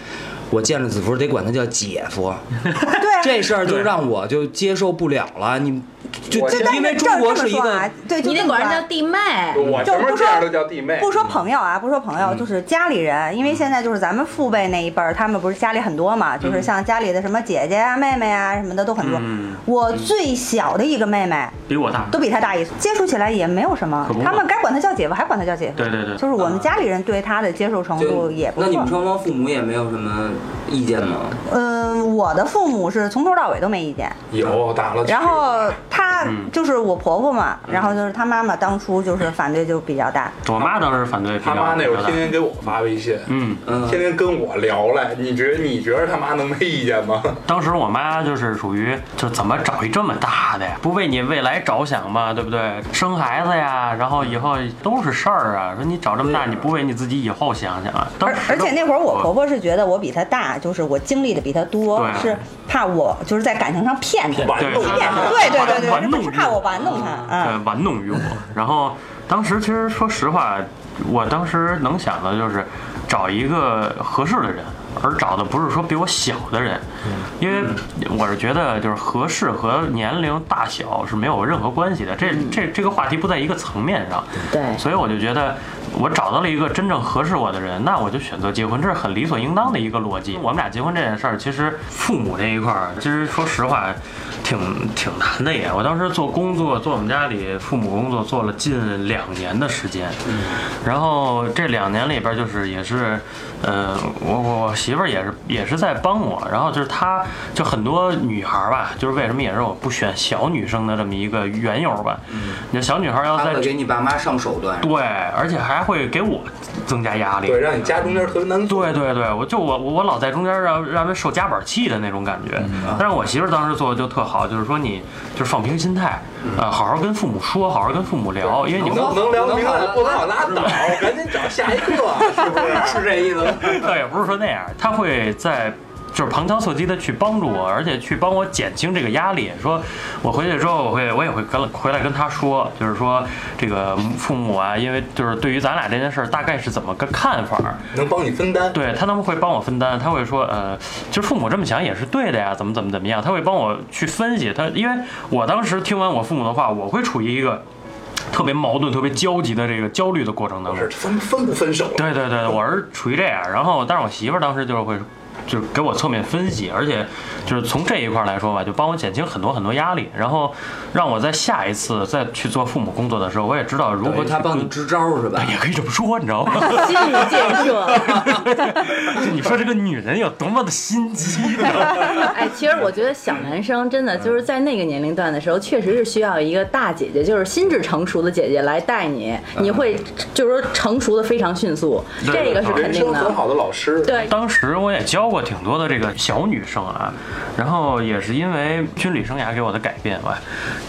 Speaker 1: 我见着子福得管他叫姐夫，
Speaker 4: 对啊，
Speaker 1: 这事儿就让我就接受不了了。你就
Speaker 3: 我
Speaker 1: 就
Speaker 4: 就但
Speaker 1: 因为
Speaker 4: 这
Speaker 1: 中国是一
Speaker 4: 这么说
Speaker 1: 个
Speaker 4: 啊，对，就
Speaker 5: 你得
Speaker 4: 这么
Speaker 5: 管人
Speaker 4: 说
Speaker 5: 叫
Speaker 4: 啊
Speaker 5: 弟妹。
Speaker 3: <laughs> 我前面这样都叫弟妹，
Speaker 4: 不说朋友啊，不说朋
Speaker 2: 嗯
Speaker 4: 友，就是家里人，因为现在就是咱们父辈那一辈儿，他们不是家里很多嘛，就是像家里的什么姐姐啊、妹妹啊什么的都很多。
Speaker 2: 嗯，
Speaker 4: 我最小的一个妹妹
Speaker 2: 比我大。
Speaker 4: 都比她大一岁，接触起来也没有什么
Speaker 2: 可不，嘛
Speaker 4: 他们该管她叫姐夫还管她叫姐夫，
Speaker 2: 对对对嗯
Speaker 4: 就，是我们家里人对她的接受程度
Speaker 1: 就
Speaker 4: 也不
Speaker 1: 那你们
Speaker 4: 错。
Speaker 1: 双方父母也没有什么意见吗？
Speaker 4: 嗯，我的父母是从头到尾都没意见，
Speaker 3: 有打了去，
Speaker 4: 然后她
Speaker 2: 嗯
Speaker 4: 就是我婆婆嘛，然后就是她妈妈当初就是反对就比较大，
Speaker 2: 我妈当时反对比较
Speaker 3: 他妈那会儿天天给我发微信，
Speaker 2: 嗯，
Speaker 1: 嗯，
Speaker 3: 天天跟我聊来，你觉得你觉得他妈能没意见吗？
Speaker 2: 当时我妈就是属于，就怎么找一这么大的呀？不为你未来着想嘛，对不对？生孩子呀，然后以后都是事儿啊。说你找这么大，
Speaker 3: 对啊
Speaker 2: 你不为你自己以后想想啊？当
Speaker 4: 而
Speaker 2: 时
Speaker 4: 而且那会儿我婆
Speaker 2: 婆
Speaker 4: 婆是觉得我比她大，就是我经历的比她多，
Speaker 2: 对
Speaker 4: 是怕我就是在感情上骗她，
Speaker 3: 玩
Speaker 2: 对
Speaker 3: 弄
Speaker 2: 她
Speaker 4: 骗她，
Speaker 2: 她
Speaker 4: 对对对
Speaker 2: 玩
Speaker 4: 对，是不
Speaker 2: 弄
Speaker 4: 是
Speaker 2: 你
Speaker 4: 怕我玩弄她
Speaker 2: 对
Speaker 4: 啊？
Speaker 2: 玩弄于我。然后当时其实说实话，我当时能想的就是。找一个合适的人，而找的不是说比我小的人，因为我是觉得就是合适和年龄大小是没有任何关系的，这这这个话题不在一个层面上，
Speaker 5: 对
Speaker 2: 所以我就觉得我找到了一个真正合适我的人，那我就选择结婚，这是很理所应当的一个逻辑。我们俩结婚这件事儿，其实父母这一块儿，其实说实话，挺挺难的也。我当时做工作，做我们家里父母工作，做了近两年的时间，然后这两年里边儿就是也是，呃，我我我媳妇儿也是也是在帮我，然后就是她就很多女孩儿吧，就是为什么也是我不选小女生的这么一个缘由吧。你说小女孩儿要
Speaker 1: 他
Speaker 2: 在
Speaker 1: 会给你爸妈上手段，
Speaker 2: 对，而且还会给我增加压力。
Speaker 3: 对，让你夹中间特别难做。
Speaker 2: 对对对，我就我我我老在中间让让人受夹板气的那种感觉。
Speaker 3: 嗯啊
Speaker 2: 但是我媳妇儿当时做的就特好，就是说你就是放平心态，呃，好好跟父母说，好好跟父母聊，因为你们
Speaker 3: 嗯能能聊明白不能拉倒，赶紧找下一个，
Speaker 1: <laughs>
Speaker 3: 是不是？
Speaker 1: 是这意思吗？
Speaker 2: 倒也不是说那样，他会在。就是旁敲侧击的去帮助我，而且去帮我减轻这个压力。说我回去之后，我会我也会跟回来跟他说，就是说这个父母啊，因为就是对于咱俩这件事儿大概是怎么个看法儿，
Speaker 3: 能帮你分担。
Speaker 2: 对他他们会帮我分担，他会说，呃，就是父母这么想也是对的呀，怎么怎么怎么样，他会帮我去分析他，因为我当时听完我父母的话，我会处于一个特别矛盾、特别焦急的这个焦虑的过程当
Speaker 3: 不
Speaker 2: 中
Speaker 3: 是。分分不分手？啊
Speaker 2: 对对对，我是处于这样，然后但是我媳妇儿当时就是会。就是给我侧面分析，而且就是从这一块儿来说吧，就帮我减轻很多很多压力，然后让我在下一次再去做父母工作的时候，我也知道如何
Speaker 1: 等于
Speaker 2: 去
Speaker 1: 他帮你支招是 <laughs> 吧？
Speaker 2: <laughs> 也可以这么说，你知道吗？ <laughs>
Speaker 5: 心理建设。
Speaker 2: 就你说这个女人有多么的心机，你知道吗？
Speaker 3: <laughs>
Speaker 5: 哎，其实我觉得小男生真的就是在那个年龄段的时候，确实是需要一个大姐姐，就是心智成熟的姐姐来带你，
Speaker 3: 嗯
Speaker 5: 你会就是说成熟的非常迅速，
Speaker 2: 对
Speaker 5: 这个是肯
Speaker 3: 人
Speaker 5: 定
Speaker 3: 生
Speaker 5: 的
Speaker 3: 很。好的老师，
Speaker 5: 对，
Speaker 2: 当时我也教过挺多的这个小女生啊，然后也是因为军旅生涯给我的改变吧。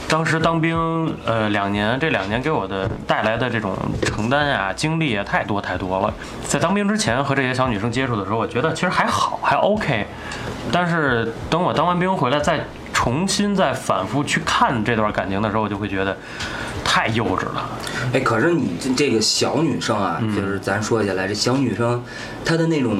Speaker 2: 当时当兵呃两年，这两年给我的带来的这种承担啊、经历啊太多太多了。在当兵之前和这些小女生接触的时候，我觉得其实还好，还 OK。但是等我当完兵回来再重新再反复去看这段感情的时候，我就会觉得太幼稚了。
Speaker 1: 哎，可是你这这个小女生啊，就是咱说下来，这小女生她的那种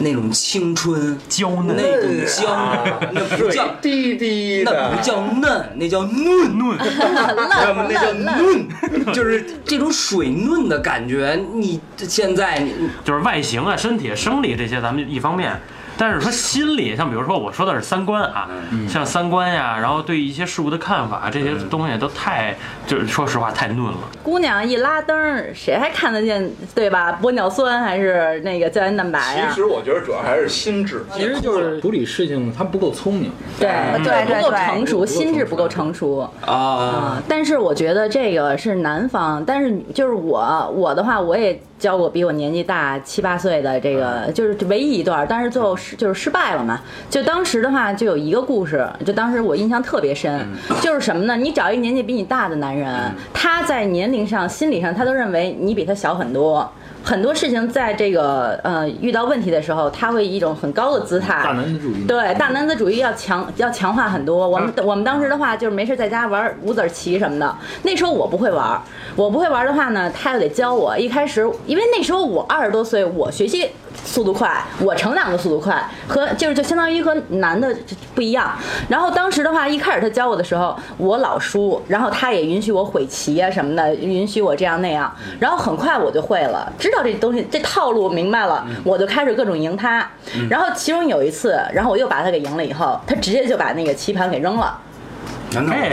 Speaker 1: 那种青春
Speaker 2: 娇嫩
Speaker 1: 那种娇，那不叫
Speaker 3: 弟弟
Speaker 1: 那不叫嫩，那叫嫩嫩，那么那叫嫩，就是这种水嫩的感觉。你这现在你
Speaker 2: 就是外形啊、身体、生理这些，咱们一方面。但是说心理，像比如说我说的是三观啊，像三观呀、然后对一些事物的看法，这些东西都太，就是说实话太嫩了。
Speaker 5: 姑娘一拉灯儿，谁还看得见对吧？玻尿酸还是那个胶原蛋白啊
Speaker 3: 其
Speaker 5: 呀？
Speaker 3: 实我觉得主要还是心智，
Speaker 6: 其实就是处理事情，他们不够聪明。
Speaker 5: 对
Speaker 3: 哎
Speaker 4: 对对
Speaker 5: 不够
Speaker 4: 对
Speaker 5: 成熟，
Speaker 6: 不够
Speaker 5: 心智
Speaker 6: 成熟
Speaker 5: 不够成熟。
Speaker 1: 啊，
Speaker 5: 啊，但是我觉得这个是南方，但是就是我我的话，我也教过比我年纪大七八岁的这
Speaker 6: 啊
Speaker 5: 个，就是唯一一段，但是最后失就是失败了嘛。就当时的话，就有一个故事，就当时我印象特别深，
Speaker 6: 嗯
Speaker 5: 就是什么呢？你找一个年纪比你大的男人，他在年龄上、心理上，他都认为你比他小很多。很多事情在这个呃遇到问题的时候，他会以一种很高的姿态，
Speaker 6: 大男子主义
Speaker 5: 对大男子主义要强要强化很多。我们我们当时的话就是没事在家玩五子棋什么的，那时候我不会玩，我不会玩的话呢，他又得教我。一开始因为那时候我二十多岁，我学习速度快，我成长的速度快，和就是就相当于和男的不一样。然后当时的话，一开始他教我的时候，我老输，然后他也允许我悔棋啊什么的，允许我这样那样。然后很快我就会了，知道这东西这套路明白了，我就开始各种赢他。然后其中有一次，然后我又把他给赢了以后，他直接就把那个棋盘给扔了，
Speaker 1: 那呃
Speaker 2: 哎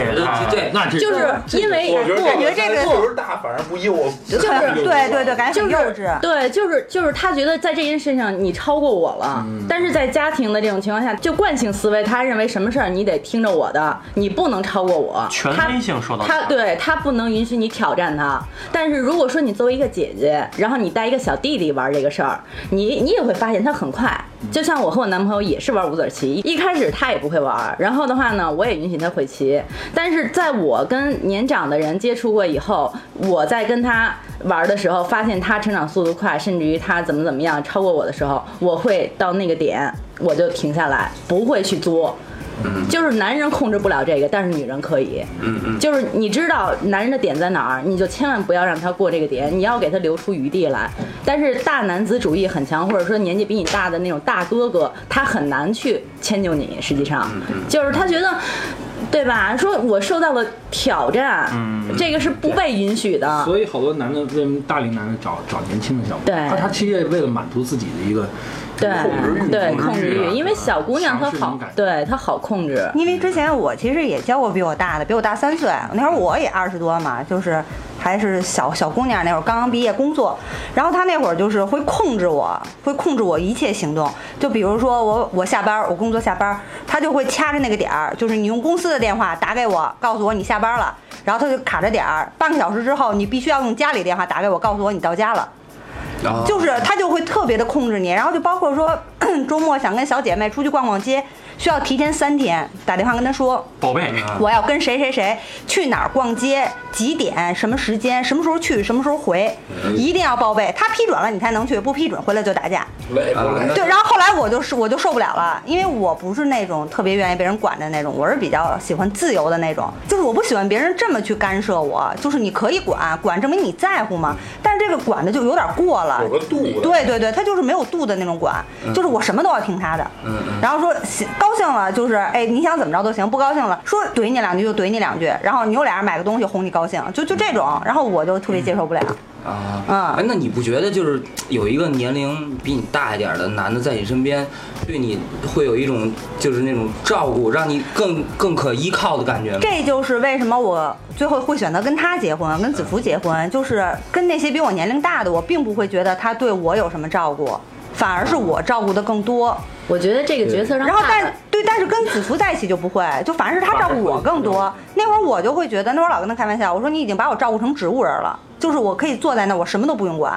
Speaker 1: 对，
Speaker 6: 那这
Speaker 5: 就是因为
Speaker 3: 我觉得
Speaker 4: 我觉得这个
Speaker 3: 岁数大反而不幼，
Speaker 4: 就
Speaker 3: 太幼稚了
Speaker 4: 对对对，感觉
Speaker 5: 就
Speaker 4: 很
Speaker 5: 是
Speaker 4: 幼稚。
Speaker 5: 对，就是就是他觉得在这件事上你超过我了，但是在家庭的这种情况下，就惯性思维，他认为什么事儿你得听着我的，你不能超过我，
Speaker 2: 权
Speaker 5: 他
Speaker 2: 威性受到
Speaker 5: 他
Speaker 2: 打压
Speaker 5: 对他不能允许你挑战他。但是如果说你作为一个姐姐，然后你带一个小弟弟玩这个事儿，你你也会发现他很快。就像我和我男朋友也是玩五子棋，一开始他也不会玩，然后的话呢，我也允许他会棋。但是在我跟年长的人接触过以后，我在跟他玩的时候，发现他成长速度快，甚至于他怎么怎么样超过我的时候，我会到那个点我就停下来，不会去作。
Speaker 1: 嗯
Speaker 5: 就是男人控制不了这个，但是女人可以。
Speaker 1: 嗯嗯，
Speaker 5: 就是你知道男人的点在哪儿，你就千万不要让他过这个点，你要给他留出余地来。但是大男子主义很强，或者说年纪比你大的那种大哥哥，他很难去迁就你。实际上，
Speaker 6: 嗯
Speaker 5: 就是他觉得。对吧？说我受到了挑战，这个是不被允许的。
Speaker 6: 嗯所以好多男的为什么大龄男的找找年轻的小姑
Speaker 5: 对
Speaker 6: 娘？他他其实也为了满足自己的一个
Speaker 5: 对
Speaker 6: 控制欲，
Speaker 5: 对
Speaker 6: 控
Speaker 5: 控制
Speaker 6: 欲啊，
Speaker 5: 欲，因为小姑娘她
Speaker 6: 强势那
Speaker 5: 好
Speaker 6: 种感，觉
Speaker 5: 对她好控制。
Speaker 4: 因为之前我其实也教过比我大的，比我大三岁。那会儿我也二十多嘛，就是还是小小姑娘，那会儿刚刚毕业工作。然后她那会儿就是会控制我，会控制我一切行动。就比如说我我下班，我工作下班，她就会掐着那个点儿，就是你用公司的电话打给我，告诉我你下班了。然后她就卡着点儿，半个小时之后你必须要用家里电话打给我，告诉我你到家了。就是他就会特别的控制你，然后就包括说 <clears throat> 周末想跟小姐妹出去逛逛街，需要提前三天打电话跟她说，
Speaker 2: 宝贝，
Speaker 4: 我要跟谁谁谁去哪儿逛街，几点，什么时间，什么时候去，什么时候回，一定要报备。他批准了你才能去，不批准回来就打架。
Speaker 3: 累不累？
Speaker 4: <laughs> 对，然后后来我就是我就受不了了，因为我不是那种特别愿意被人管的那种，我是比较喜欢自由的那种，就是我不喜欢别人这么去干涉我，就是你可以管，管证明你在乎嘛，但是这个管的就有点过了，
Speaker 3: 有个度嗯的
Speaker 4: 对对对，他就是没有度的那种管，就是我什么都要听他的，
Speaker 3: 嗯
Speaker 1: 嗯
Speaker 4: 然后说喜高兴了就是哎你想怎么着都行，不高兴了说怼你两句就怼你两句，然后你又俩人买个东西哄你高兴，就就这种，然后我就特别接受不了。
Speaker 1: 啊，
Speaker 4: 嗯
Speaker 1: 哎，那你不觉得就是有一个年龄比你大一点儿的男的在你身边，对你会有一种就是那种照顾，让你更更可依靠的感觉吗？
Speaker 4: 这就是为什么我最后会选择跟他结婚，跟子福结婚，就是跟那些比我年龄大的，我并不会觉得他对我有什么照顾，反而是我照顾的更多。
Speaker 5: 我觉得这个角色让
Speaker 4: 然后
Speaker 5: 大
Speaker 4: 但对，但是跟子福在一起就不会，就反而是嗯他照顾我更多。那会儿我就会觉得，那会儿老跟他开玩笑，我说你已经把我照顾成植物人了，就是我可以坐在那儿，我什么都不用管，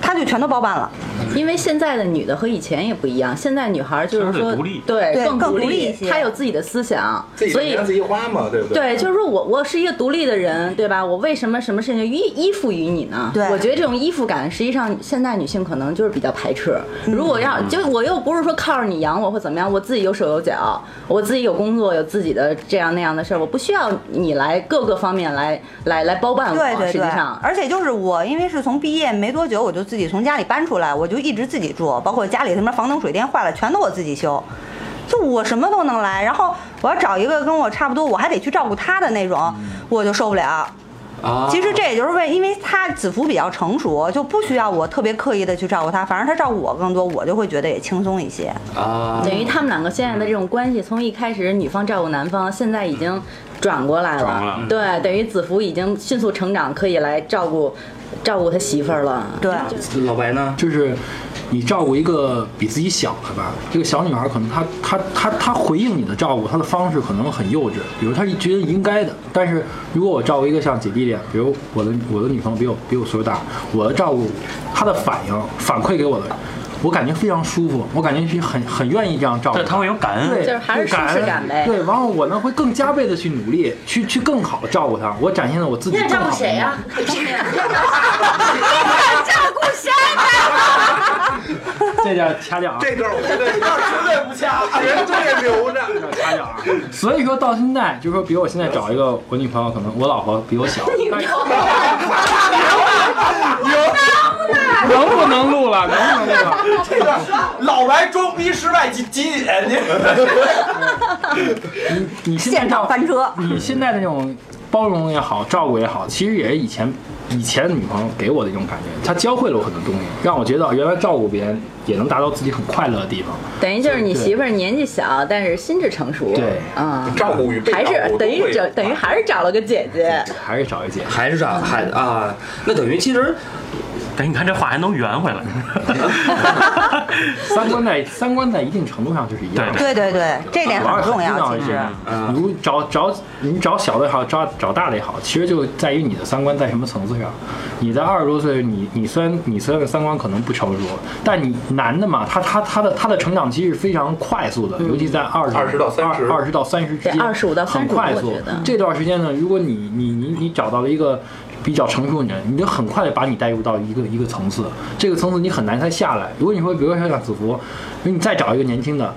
Speaker 4: 他就全都包办了。
Speaker 5: 因为现在的女的和以前也不一样，现在女孩就是
Speaker 2: 相
Speaker 5: 说
Speaker 2: 对独立
Speaker 5: 对
Speaker 4: 对
Speaker 5: 更
Speaker 4: 更独
Speaker 5: 独
Speaker 4: 立一些
Speaker 5: 她有自己的思想，
Speaker 3: 自己
Speaker 5: 所
Speaker 3: 挣
Speaker 5: 以
Speaker 3: 钱自己花嘛，对不对？
Speaker 5: 对，就是说我我是一个独立的人，对吧？我为什么什么事情依依附于你呢？
Speaker 4: 对
Speaker 5: 我觉得这种依附感，实际上现代女性可能就是比较排斥。
Speaker 4: 嗯
Speaker 5: 如果要就我又不是说靠着你养我或怎么样，我自己有手有脚，我自己有工作，有自己的这样那样的事儿，我不需要你来各个方面来来来包办我。
Speaker 4: 对对
Speaker 5: 实
Speaker 4: 对
Speaker 5: 际上，，
Speaker 4: 而且就是我，因为是从毕业没多久，我就自己从家里搬出来，我就一直自己住，包括家里什么房灯水电坏了，全都我自己修。就我什么都能来，然后我要找一个跟我差不多，我还得去照顾他的那种，
Speaker 5: 嗯
Speaker 4: 我就受不了。
Speaker 1: 啊，
Speaker 4: 其实这也就是为，因为他子服比较成熟，就不需要我特别刻意的去照顾他，反正他照顾我更多，我就会觉得也轻松一些。
Speaker 1: 啊，
Speaker 5: 等于他们两个现在的这种关系，从一开始女方照顾男方，现在已经转过来
Speaker 2: 转过来
Speaker 5: 了
Speaker 2: 了。
Speaker 5: 对，等于子服已经迅速成长，可以来照顾照顾他媳妇儿了。
Speaker 4: 对，
Speaker 1: 老白呢？
Speaker 6: 就是你照顾一个比自己小的吧，这个小女孩可能她她她她回应你的照顾，她的方式可能很幼稚，比如她觉得应该的。但是如果我照顾一个像姐弟恋，比如我的我的女朋友比我比我岁数大，我的照顾她的反应反馈给我的，我感觉非常舒服，我感觉是很很愿意这样照顾
Speaker 2: 对，
Speaker 6: 她。
Speaker 2: 他会有感恩
Speaker 6: 对，，
Speaker 5: 就是还是舒适感呗
Speaker 6: 对，然后我呢会更加倍的去努力，去去更好地照顾她，我展现了我自己更好的一面。 <laughs> 这叫掐掉啊！
Speaker 3: 这段我觉得那绝对不掐，绝对留 <laughs> 着。
Speaker 6: 掐掉啊！所以说到现在，就是说，比如我现在找一个我女朋友，可能我老婆比我小，但是能不能录了？能不能录了？
Speaker 4: <laughs>
Speaker 7: 这段老白装逼失败几几点？
Speaker 6: 你你现在
Speaker 4: 现场
Speaker 6: 照，
Speaker 4: 翻车。
Speaker 6: 你现在那种包容也好，照顾也好，其实也是以前以前的女朋友给我的一种感觉，她教会了我很多东西，让我觉得原来照顾别人也能达到自己很快乐的地方。
Speaker 5: 等于就是你媳妇儿年纪小，但是心智成熟。
Speaker 6: 对
Speaker 5: 嗯，
Speaker 3: <laughs> 照顾与被
Speaker 5: 还
Speaker 3: 照
Speaker 5: 是
Speaker 3: 顾都
Speaker 5: 等
Speaker 3: 会
Speaker 5: 于
Speaker 3: 有啊
Speaker 5: 找等于还是找了个姐姐。
Speaker 6: 还是找一姐，
Speaker 1: 还是找还啊？那等于其实
Speaker 2: 等你看这话还能圆
Speaker 5: <laughs>
Speaker 2: 回来，
Speaker 6: 三观在三观在一定程度上就是一样的。
Speaker 4: 对对对，这点很重要，其实。
Speaker 1: 嗯
Speaker 6: 你找找你找小的也好，找找大的也好，其实就在于你的三观在什么层次上。你在二十多岁，你你虽然你虽然三观可能不成熟，但你男的嘛，他他他的他的成长期是非常快速的，尤其在嗯二十
Speaker 3: 20到30
Speaker 6: 二十到三十之间，
Speaker 5: 对25到
Speaker 6: 很
Speaker 5: 35
Speaker 6: 快
Speaker 5: 我
Speaker 6: 速
Speaker 5: 觉得。
Speaker 6: 这段时间呢，如果你你你你找到了一个比较成熟的人，你就很快的把你带入到一个一个层次，这个层次你很难再下来。如果你说，比如说像子福，你再找一个年轻的，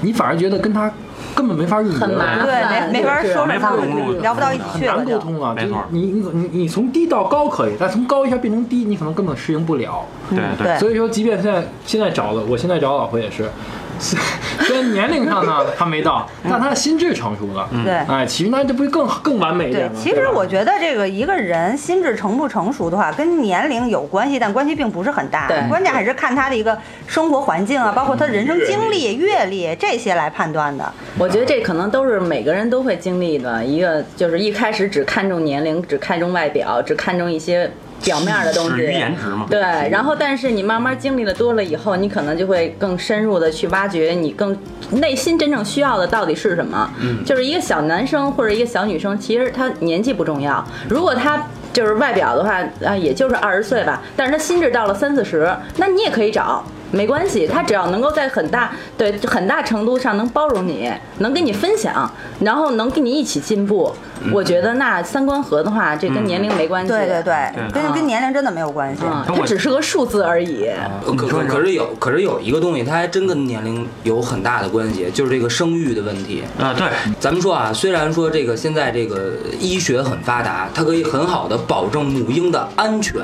Speaker 6: 你反而觉得跟他根本没法入语
Speaker 5: 很麻
Speaker 6: 言。
Speaker 5: 烦
Speaker 4: 对，没没法说什么，
Speaker 2: 没法融入
Speaker 4: 聊不到一起
Speaker 6: 很
Speaker 4: 去了
Speaker 6: 难沟
Speaker 4: 就。
Speaker 6: 通啊，
Speaker 2: 没错
Speaker 6: 就是你你你你从低到高可以，但从高一下变成低，你可能根本适应不了。
Speaker 5: 嗯
Speaker 2: 对
Speaker 4: 对
Speaker 6: 所以说，即便现在现在找了，我现在找老婆也是， <laughs> 虽虽然年龄上呢她没到，
Speaker 4: 嗯
Speaker 6: 但她的心智成熟了。
Speaker 4: 对
Speaker 6: 哎，其实那这不是更更完美一点
Speaker 4: 嗯对
Speaker 6: 吗？，
Speaker 4: 其实
Speaker 6: 吧
Speaker 4: 我觉得这个一个人心智成不成熟的话，跟年龄有关系，但关系并不是很大
Speaker 5: 对。
Speaker 4: 关键还是看他的一个生活环境啊，包括他人生经历、阅历这些来判断的。
Speaker 5: 我觉得这可能都是每个人都会经历的一个，就是一开始只看重年龄，只看重外表，只看重一些表面的东西，
Speaker 2: 止于颜值嘛
Speaker 5: 对，然后但是你慢慢经历的多了以后，你可能就会更深入的去挖掘你更内心真正需要的到底是什么。嗯，就是一个小男生或者一个小女生，其实他年纪不重要，如果他。就是外表的话，啊，也就是二十岁吧，但是他心智到了三四十，那你也可以找，没关系，他只要能够在很大对很大程度上能包容你，能跟你分享，然后能跟你一起进步，我觉得那三观合的话，这跟年龄没关系。
Speaker 4: 对对对
Speaker 2: 对，
Speaker 4: 跟
Speaker 5: 嗯
Speaker 4: 跟年龄真的没有关系。
Speaker 5: 嗯，它只是个数字而已。
Speaker 1: 可可可是有，可是有一个东西，它还真跟年龄有很大的关系，就是这个生育的问题。
Speaker 2: 啊，对，
Speaker 1: 咱们说啊，虽然说这个现在这个医学很发达，它可以很好的保证母婴的安全，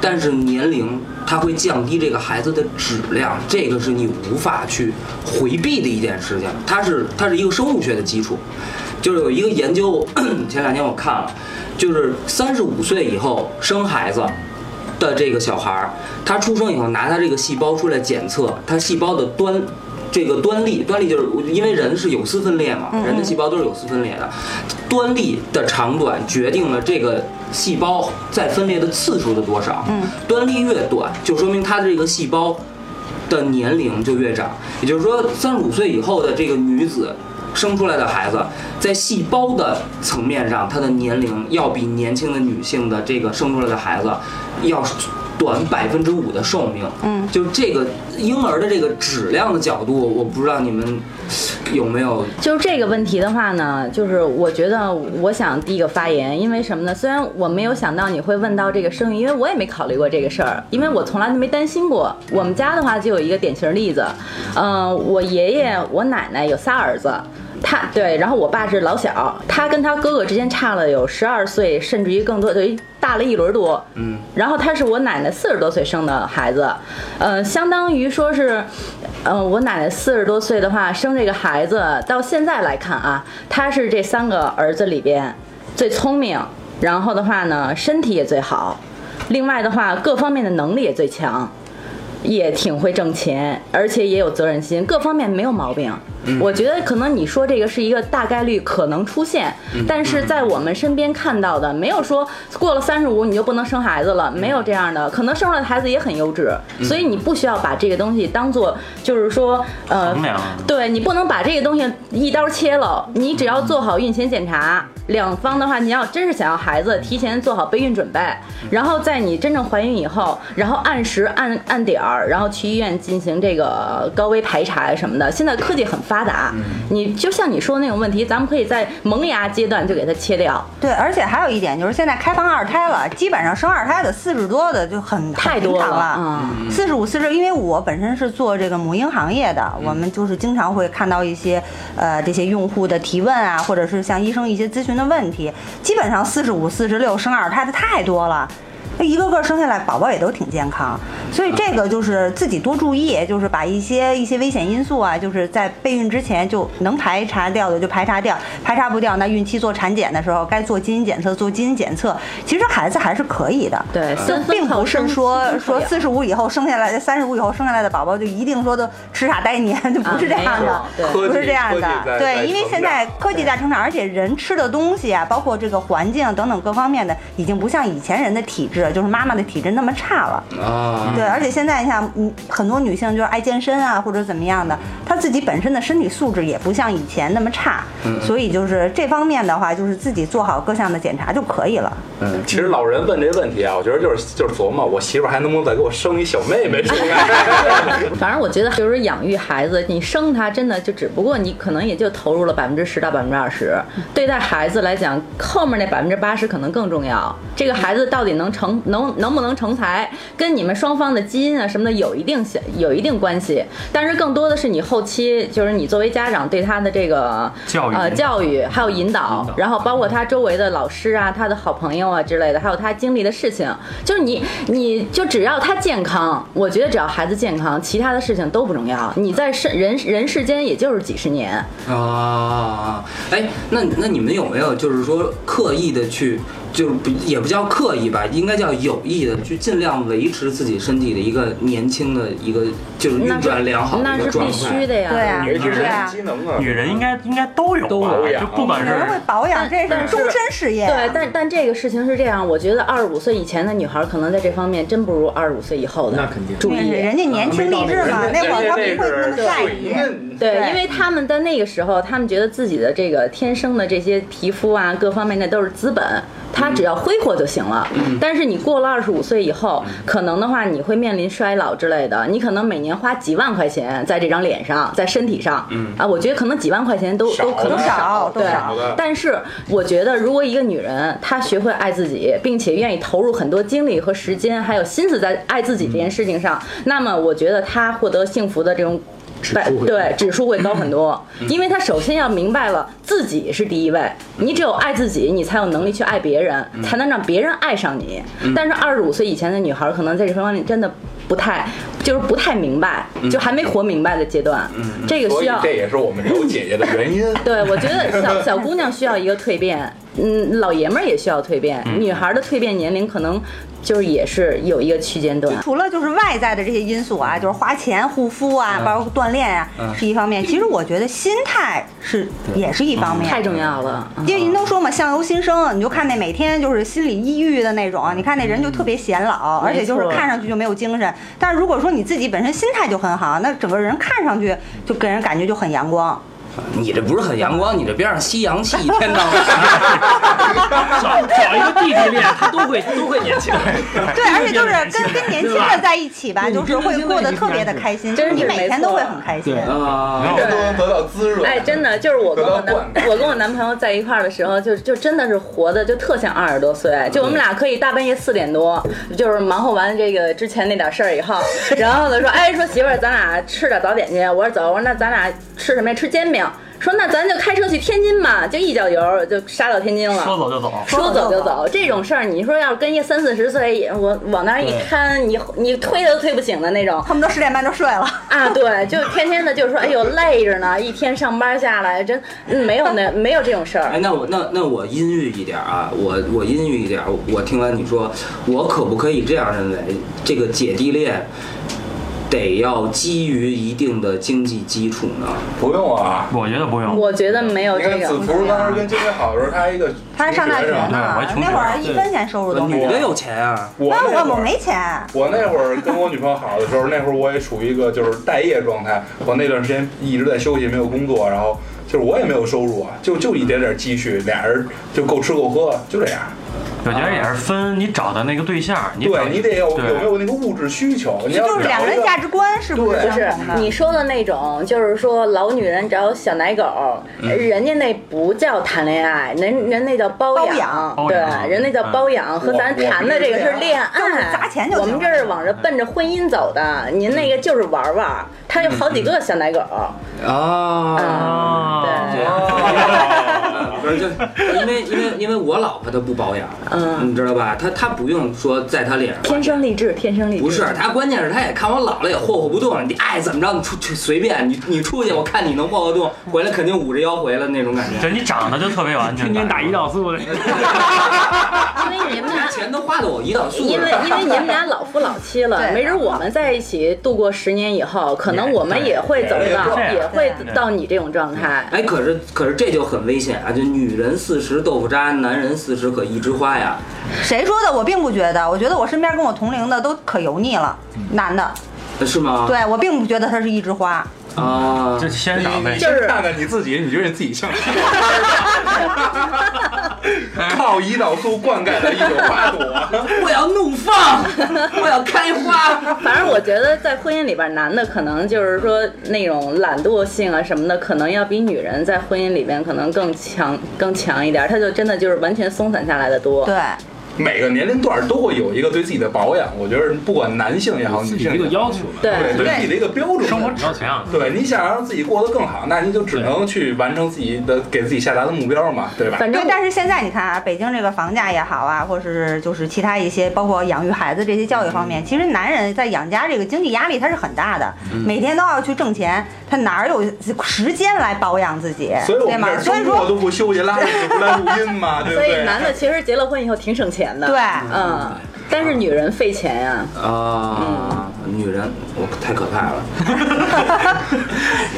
Speaker 1: 但是年龄它会降低这个孩子的质量，这个是你无法去回避的一件事情。它是它是一个生物学的基础，就是有一个研究，前两天我看了，就是三十五岁以后生孩子。的这个小孩儿，他出生以后拿他这个细胞出来检测，他细胞的端。这个端粒，端粒就是因为人是有丝分裂嘛，人的细胞都是有丝分裂的，端粒的长短决定了这个细胞再分裂的次数的多少。嗯，端粒越短，就说明它的这个细胞的年龄就越长，也就是说，三十五岁以后的这个女子生出来的孩子，在细胞的层面上，她的年龄要比年轻的女性的这个生出来的孩子要短百分之五的寿命。嗯，就这个婴儿的这个质量的角度，我不知道你们有没有
Speaker 5: 就是这个问题的话呢，就是我觉得我想第一个发言，因为什么呢？虽然我没有想到你会问到这个生育，因为我也没考虑过这个事儿，因为我从来都没担心过。我们家的话就有一个典型例子，嗯、我爷爷、我奶奶有仨儿子。他对，然后我爸是老小，他跟他哥哥之间差了有十二岁，甚至于更多，等于大了一轮多。嗯，然后他是我奶奶四十多岁生的孩子，呃，相当于说是，呃，我奶奶四十多岁的话生这个孩子，到现在来看啊，他是这三个儿子里边最聪明，然后的话呢，身体也最好，另外的话各方面的能力也最强。也挺会挣钱，而且也有责任心，各方面没有毛病。我觉得可能你说这个是一个大概率可能出现，但是在我们身边看到的，没有说过了三十五你就不能生孩子了，没有这样的。可能生出来的孩子也很优质，所以你不需要把这个东西当做就是说呃
Speaker 2: 衡量
Speaker 5: 对你不能把这个东西一刀切了，你只要做好孕前检查，两方的话，你要真是想要孩子，提前做好备孕准备，然后在你真正怀孕以后，然后按时按按点儿，然后去医院进行这个高危排查什么的。现在科技很发达，你就像你说的那种问题，咱们可以在萌芽阶段就给它切掉。
Speaker 4: 对，而且还有一点就是，现在开放二胎了，基本上生二胎的四十多的就很
Speaker 5: 太多
Speaker 4: 很平常
Speaker 5: 了嗯
Speaker 4: 了。四十五、四十，因为我本身是做这个母婴行业的，我们就是经常会看到一些呃这些用户的提问啊，或者是向医生一些咨询的问题。基本上四十五、四十六生二胎的太多了。那一个个生下来，宝宝也都挺健康，所以这个就是自己多注意，就是把一些一些危险因素啊，就是在备孕之前就能排查掉的就排查掉，排查不掉那孕期做产检的时候该做基因检测做基因检测，其实孩子还是可以的。
Speaker 5: 对，
Speaker 4: 就
Speaker 5: 三
Speaker 4: 并
Speaker 5: 分靠
Speaker 4: 不是
Speaker 5: 生
Speaker 4: 说
Speaker 5: 四分靠
Speaker 4: 说
Speaker 5: 养
Speaker 4: 四十五以后生下来，三十五以后生下来的宝宝就一定说都痴傻呆年， <laughs> 就不是这样的
Speaker 5: 啊，没有对
Speaker 4: 不是这样
Speaker 3: 科技科技
Speaker 4: 的。
Speaker 3: 在在
Speaker 4: 对，因为
Speaker 3: 成
Speaker 4: 现在
Speaker 3: 长
Speaker 4: 科技在成长，而且人吃的东西啊，包括这个环境等等各方面的，已经不像以前人的体质，就是妈妈的体质那么差了。
Speaker 3: 嗯
Speaker 1: 啊，
Speaker 4: 对，而且现在你像嗯很多女性就是爱健身啊，或者怎么样的，她自己本身的身体素质也不像以前那么差，
Speaker 3: 嗯
Speaker 4: 所以就是这方面的话，就是自己做好各项的检查就可以了。
Speaker 3: 嗯，其实老人问这问题啊，我觉得就是就是琢磨，我媳妇儿还能不能再给我生一小妹妹出来？ <laughs>
Speaker 5: <laughs> 反正我觉得，就是养育孩子，你生他真的就只不过你可能也就投入了百分之十到百分之二十。对待孩子来讲，后面那百分之八十可能更重要。这个孩子到底能成能能不能成才，跟你们双方的基因啊什么的有一定相有一定关系，但是更多的是你后期就是你作为家长对他的这个
Speaker 2: 教育
Speaker 5: 呃教育还有引导
Speaker 2: 引导，
Speaker 5: 然后包括他周围的老师啊、他的好朋友啊之类的，还有他经历的事情，就是你你就只要他健康，我觉得只要孩子健康，其他的事情都不重要。你在世人人世间也就是几十年，
Speaker 1: 啊，哎，那那你们有没有就是说刻意的去，就是不也不叫刻意吧，应该叫有意的去尽量维持自己身体的一个年轻的一个就是运
Speaker 5: 那是
Speaker 1: 转良好的
Speaker 5: 那
Speaker 1: 一个
Speaker 5: 是
Speaker 1: 状
Speaker 5: 必
Speaker 1: 态。
Speaker 5: 须的呀。
Speaker 4: 对啊，
Speaker 3: 尤其是
Speaker 4: 对啊，
Speaker 3: 机能啊，
Speaker 2: 女人应该应该都有吧，
Speaker 6: 都有
Speaker 2: 就不管
Speaker 4: 女人会
Speaker 2: 是
Speaker 4: 保养，这是终身事业。
Speaker 5: 哎
Speaker 4: 啊
Speaker 5: 对，但但这个事情是这样，我觉得二十五岁以前的女孩可能在这方面真不如二十五岁以后的。
Speaker 6: 那肯定。
Speaker 5: 注意，
Speaker 4: 人家年轻力
Speaker 6: 没
Speaker 4: 志
Speaker 6: 到
Speaker 3: 啊
Speaker 4: 嘛，
Speaker 6: 那
Speaker 4: 啊那会儿他们
Speaker 3: 人
Speaker 4: 会
Speaker 3: 家
Speaker 4: 那
Speaker 3: 这个
Speaker 4: 么
Speaker 3: 是
Speaker 4: 在
Speaker 3: 水
Speaker 4: 意。
Speaker 3: 嫩
Speaker 5: 对，
Speaker 4: 对
Speaker 5: 因为他们在那个时候，他们觉得自己的这个天生的这些皮肤啊，各方面那都是资本，他只要挥霍就行了。但是你过了二十五岁以后，可能的话你会面临衰老之类的，你可能每年花几万块钱在这张脸上，在身体上，啊，我觉得可能几万块钱都
Speaker 3: 少
Speaker 5: 都可能
Speaker 4: 都少都
Speaker 5: 对
Speaker 4: 少
Speaker 3: 的
Speaker 5: 但是我觉得，如果一个女人她学会爱自己，并且愿意投入很多精力和时间，还有心思在爱自己这件事情上，那么我觉得她获得幸福的这种。百
Speaker 6: 数会
Speaker 5: 对指数会高很多，因为她首先要明白了自己是第一位，你只有爱自己，你才有能力去爱别人，才能让别人爱上你。但是二十五岁以前的女孩儿可能在这方面真的不太，就是不太明白，就还没活明白的阶段，这个
Speaker 3: 所
Speaker 5: 需
Speaker 3: 以
Speaker 5: 要
Speaker 3: 这也是我们有姐姐的
Speaker 5: <laughs>
Speaker 3: 原因。
Speaker 5: 对，我觉得小小姑娘需要一个蜕变，嗯，老爷们儿也需要蜕变，女孩儿的蜕变年龄可能就是也是有一个区间段。
Speaker 4: 除了就是外在的这些因素啊，就是花钱、护肤啊，
Speaker 3: 嗯
Speaker 4: 包括锻炼啊，是一方面。其实我觉得心态是也是一方面，
Speaker 5: 太重要了，嗯
Speaker 4: 因为您都说嘛，相由心生，你就看那每天就是心理抑郁的那种，你看那人就特别显老，
Speaker 5: 嗯
Speaker 4: 而且就是看上去就没有精神。但是如果说你自己本身心态就很好，那整个人看上去就给人感觉就很阳光。
Speaker 1: 你这不是很阳光，你这边上吸阳气，一天到晚。
Speaker 6: 找
Speaker 5: 嗯
Speaker 6: 找一个弟弟恋，他都会都会年轻。
Speaker 4: 对，而且就是跟跟年轻的在一起吧，
Speaker 6: 对
Speaker 4: 就是会过得特别的开心，就
Speaker 5: 真
Speaker 4: 是
Speaker 5: 是
Speaker 4: 你每天都会很开心。
Speaker 6: 对
Speaker 1: 啊，
Speaker 3: 每天都能得到滋润。
Speaker 5: 哎，真的就是我跟我男
Speaker 3: 得到灌，
Speaker 5: 我跟我男朋友在一块儿的时候，就就真的是活的就特像二十多
Speaker 3: 嗯
Speaker 5: 岁，就我们俩可以大半夜四点多，就是忙活完这个之前那点事儿以后， <laughs> 然后呢说，哎，说媳妇儿，咱俩吃点早点去。我说走，我说那咱俩吃什么呀？吃煎饼。说那咱就开车去天津吧，就一脚油就杀到天津了。
Speaker 2: 说走就走，
Speaker 5: 说走就走这种事儿，你说要是跟一三四十岁也我往那儿一摊，你你推都推不醒的那种
Speaker 4: 恨不得十点半就睡了，
Speaker 5: 啊！对，就天天的就说，哎呦累着呢，一天上班下来真嗯没有那没有这种事儿
Speaker 1: 哎，。那我那那我阴郁一点啊，我我阴郁一点，我我听完你说，我可不可以这样认为，这个姐弟恋得要基于一定的经济基础呢？
Speaker 3: 不用啊。
Speaker 2: 我觉得不用。
Speaker 5: 我觉得没有
Speaker 3: 你看
Speaker 5: 哦这
Speaker 3: 子
Speaker 5: 个，
Speaker 3: 福当时跟金金好的时候，他还一个
Speaker 4: <laughs> 他还上大学
Speaker 3: 是吧
Speaker 2: 对我
Speaker 4: 呢
Speaker 2: 还，穷
Speaker 4: 那
Speaker 2: 学
Speaker 4: 会儿
Speaker 2: 生
Speaker 4: 一分钱收入都没
Speaker 1: 女
Speaker 4: 有。
Speaker 1: 的有钱啊，
Speaker 3: 我
Speaker 4: 那
Speaker 3: 那
Speaker 4: 我
Speaker 3: 会
Speaker 4: 我
Speaker 3: 儿
Speaker 4: 没钱，
Speaker 3: 我那会儿跟我女朋友好的时候，那会儿我也处于一个就是待业状态，我那段时间一直在休息，没有工作，然后就是我也没有收入啊，就就一点点积蓄，俩人就够吃够喝，就这样。
Speaker 2: 我觉得也是分你找的那个对象，你找
Speaker 3: 对你得有
Speaker 2: 对
Speaker 3: 有没有那个物质需求，你要
Speaker 4: 就是两个人价值观是不是
Speaker 5: 不
Speaker 3: 对
Speaker 4: 相
Speaker 5: 是
Speaker 4: 同的？
Speaker 5: 你说的那种，就是说老女人找小奶狗，人家那不叫谈恋爱，人人那叫包
Speaker 4: 包
Speaker 5: 养
Speaker 4: 养，
Speaker 5: 对
Speaker 2: 包养，
Speaker 5: 人那叫包养，和咱谈的这个是恋
Speaker 4: 我我们这
Speaker 5: 爱，
Speaker 4: 砸钱就行
Speaker 5: 我们这是往着奔着婚姻走的，您那个就是玩玩，他有好几个小奶狗，
Speaker 1: 啊。
Speaker 2: 啊，
Speaker 5: 对，
Speaker 1: 不是，就因为因为因为我老婆她不保养，
Speaker 5: 嗯
Speaker 1: 你知道吧？她她不用说在她脸上
Speaker 5: 天生丽质，天生丽质，
Speaker 1: 不是，他关键是他也看我老了也霍霍不动，你爱怎么着你出去随便你你出去，我看你能霍霍动，回来肯定捂着腰回来那种感觉。 <laughs>
Speaker 2: 对你长得就特别有安全
Speaker 6: 天
Speaker 2: 感。
Speaker 6: 天打胰岛素的，
Speaker 5: 因为你们俩。
Speaker 1: 钱都花到我胰岛素
Speaker 5: 因为
Speaker 1: 上，
Speaker 5: 因为你们俩老夫老妻了，
Speaker 4: 对
Speaker 5: 没准我们在一起度过十年以后，可能我们也会走
Speaker 3: 对
Speaker 5: 到，
Speaker 2: 对
Speaker 5: 也会
Speaker 2: 对
Speaker 5: 到你这种状态。
Speaker 1: <laughs> 哎，可是可是这就很危险啊！就女人四十豆腐渣，男人四十可一枝花呀。
Speaker 4: 谁说的？我并不觉得，我觉得我身边跟我同龄的都可油腻了，男的。
Speaker 1: 呃是吗？
Speaker 4: 对我并不觉得他是一枝花，
Speaker 1: 啊，
Speaker 2: 哎就先找呗
Speaker 3: 你。先看看你自己，你觉得你自
Speaker 6: <laughs>
Speaker 3: 己像什么样儿？靠胰岛素灌溉的一朵花朵，
Speaker 1: 我要怒 <laughs> 放，我要开花。
Speaker 5: 反正我觉得在婚姻里边，男的可能就是说那种懒惰性啊什么的，可能要比女人在婚姻里边可能更强更强一点。他就真的就是完全松散下来的多。
Speaker 4: 对，
Speaker 3: 每个年龄段都会有一个对自己的保养，我觉得不管男性也好，
Speaker 6: 自
Speaker 3: 女
Speaker 6: 己的
Speaker 3: 性
Speaker 6: 一个
Speaker 3: 也好，
Speaker 6: 要求吧。
Speaker 5: 对
Speaker 3: 对对自己的一个标准，
Speaker 2: 生活指标怎样？
Speaker 3: 对，你想让自己过得更好，那你就只能去完成自己的给自己下达的目标嘛，对吧？
Speaker 5: 反
Speaker 4: 对
Speaker 5: 正，
Speaker 4: 但是现在你看啊，北京这个房价也好啊，或者是就是其他一些包括养育孩子这些教育方
Speaker 3: 嗯
Speaker 4: 面，其实男人在养家这个经济压力他是很大的，每天都要去挣钱，他哪儿有时间来保养自己，
Speaker 3: 所以我
Speaker 4: 对
Speaker 3: 们
Speaker 4: 吗？
Speaker 3: 这
Speaker 4: 所以
Speaker 3: 周末
Speaker 4: 说，
Speaker 3: 都不休息，拉着你不来录音嘛，对不
Speaker 5: 所以
Speaker 3: 对？
Speaker 5: 男的其实结了婚以后挺省钱的。
Speaker 4: 对
Speaker 5: 嗯，但是女人费钱呀。
Speaker 1: 啊，女人，我太可怕了。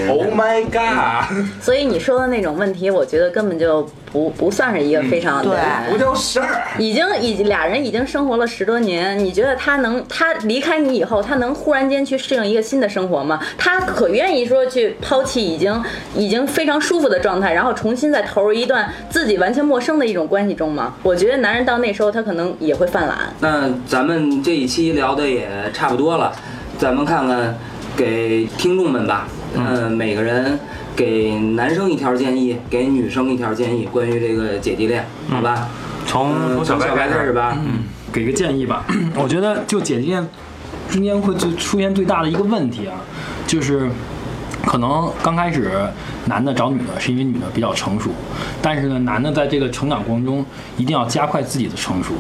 Speaker 3: Oh my god！
Speaker 5: 所以你说的那种问题，我觉得根本就不不算是一个非常
Speaker 4: 嗯对
Speaker 3: 不叫事儿，
Speaker 5: 已经已经俩人已经生活了十多年，你觉得他能他离开你以后，他能忽然间去适应一个新的生活吗？他可愿意说去抛弃已经已经非常舒服的状态，然后重新再投入一段自己完全陌生的一种关系中吗？我觉得男人到那时候他可能也会犯懒。
Speaker 1: 那咱们这一期聊的也差不多了，咱们看看给听众们吧，嗯、每个人给男生一条建议，给女生一条建议，关于这个姐弟恋，好吧？
Speaker 2: 从
Speaker 1: 嗯，
Speaker 2: 从
Speaker 1: 从小白
Speaker 2: 开
Speaker 1: 开始。嗯吧。
Speaker 6: 给个建议吧， <clears throat> 我觉得就姐弟恋之间会最出现最大的一个问题啊，就是可能刚开始男的找女的是因为女的比较成熟，但是呢，男的在这个成长过程中一定要加快自己的成熟，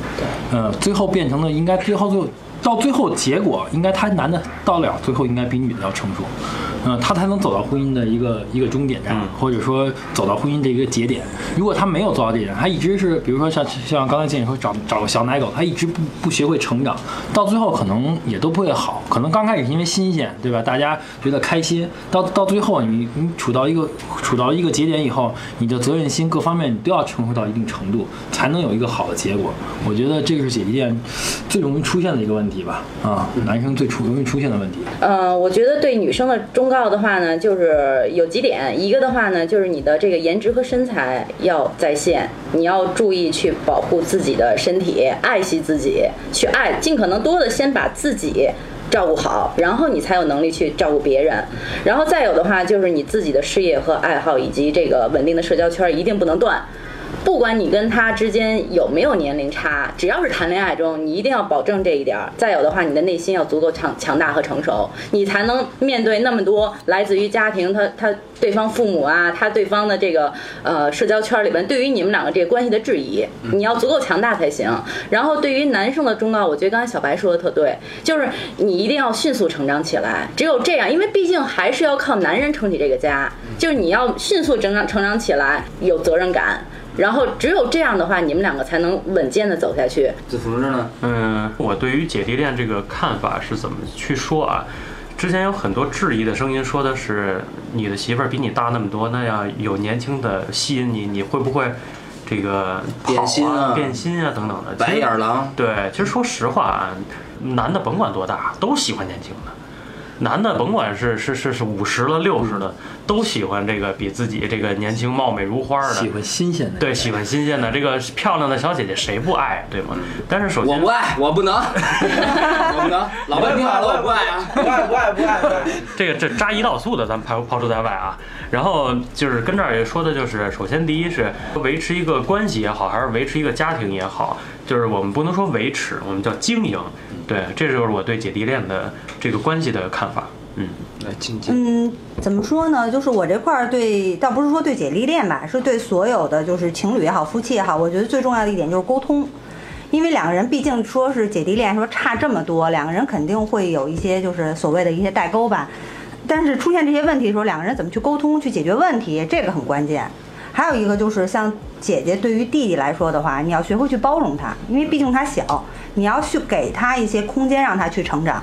Speaker 6: 呃，最后变成了应该最后最后到最后结果应该他男的到了最后应该比女的要成熟，嗯、他才能走到婚姻的一个一个终点站，或者说走到婚姻的一个节点。如果他没有做到这一点，他一直是比如说像像刚才建议说找找个小奶狗，他一直不不学会成长，到最后可能也都不会好。可能刚开始是因为新鲜，对吧？大家觉得开心，到到最后你你处到一个处到一个节点以后，你的责任心各方面你都要成熟到一定程度，才能有一个好的结果。我觉得这个是姐弟恋最容易出现的一个问题吧，啊，男生最出容易出现的问题。
Speaker 5: 嗯，我觉得对女生的忠告的话呢，就是有几点，一个的话呢，就是你的这个颜值和身材要在线，你要注意去保护自己的身体，爱惜自己，去爱，尽可能多的先把自己。照顾好，然后你才有能力去照顾别人，然后再有的话就是你自己的事业和爱好以及这个稳定的社交圈一定不能断，不管你跟他之间有没有年龄差，只要是谈恋爱中，你一定要保证这一点儿。再有的话，你的内心要足够强强大和成熟，你才能面对那么多来自于家庭，他他对方父母啊，他对方的这个呃社交圈里边对于你们两个这个关系的质疑，你要足够强大才行。然后对于男生的忠告，我觉得刚才小白说的特对，就是你一定要迅速成长起来，只有这样，因为毕竟还是要靠男人撑起这个家，就是你要迅速成长成长起来，有责任感。然后只有这样的话，你们两个才能稳健的走下去。
Speaker 1: 子福呢？
Speaker 2: 嗯，我对于姐弟恋这个看法是怎么去说啊？之前有很多质疑的声音，说的是你的媳妇儿比你大那么多，那样有年轻的吸引你，你会不会这个跑
Speaker 1: 变心啊
Speaker 2: 啊、变心啊等等的？
Speaker 1: 白
Speaker 2: 其实
Speaker 1: 眼狼，
Speaker 2: 对，其实说实话啊，男的甭管多大，都喜欢年轻的。男的甭管是是是是五十了六十的，都喜欢这个比自己这个年轻貌美如花的，
Speaker 6: 喜欢新鲜的，
Speaker 2: 对，喜欢新鲜的这个漂亮的小姐姐谁不爱对吗？
Speaker 6: 嗯
Speaker 2: 但是首
Speaker 1: 我
Speaker 2: 先
Speaker 1: 不爱，我不 <laughs> 能，我不能，老半天了，我不爱啊。
Speaker 7: 不爱不爱不爱不爱，
Speaker 2: 这个这扎胰岛素的咱们抛抛出在外啊，然后就是跟这儿也说的就是，首先第一是维持一个关系也好，还是维持一个家庭也好，就是我们不能说维持，我们叫经营。对，这就是我对姐弟恋的这个关系的看法。嗯，
Speaker 1: 来，静静。
Speaker 4: 嗯，怎么说呢？就是我这块儿对，倒不是说对姐弟恋吧，是对所有的就是情侣也好，夫妻也好，我觉得最重要的一点就是沟通。因为两个人毕竟说是姐弟恋，说差这么多，两个人肯定会有一些就是所谓的一些代沟吧。但是出现这些问题的时候，两个人怎么去沟通、去解决问题，这个很关键。还有一个就是，像姐姐对于弟弟来说的话，你要学会去包容他，因为毕竟他小，你要去给他一些空间，让他去成长。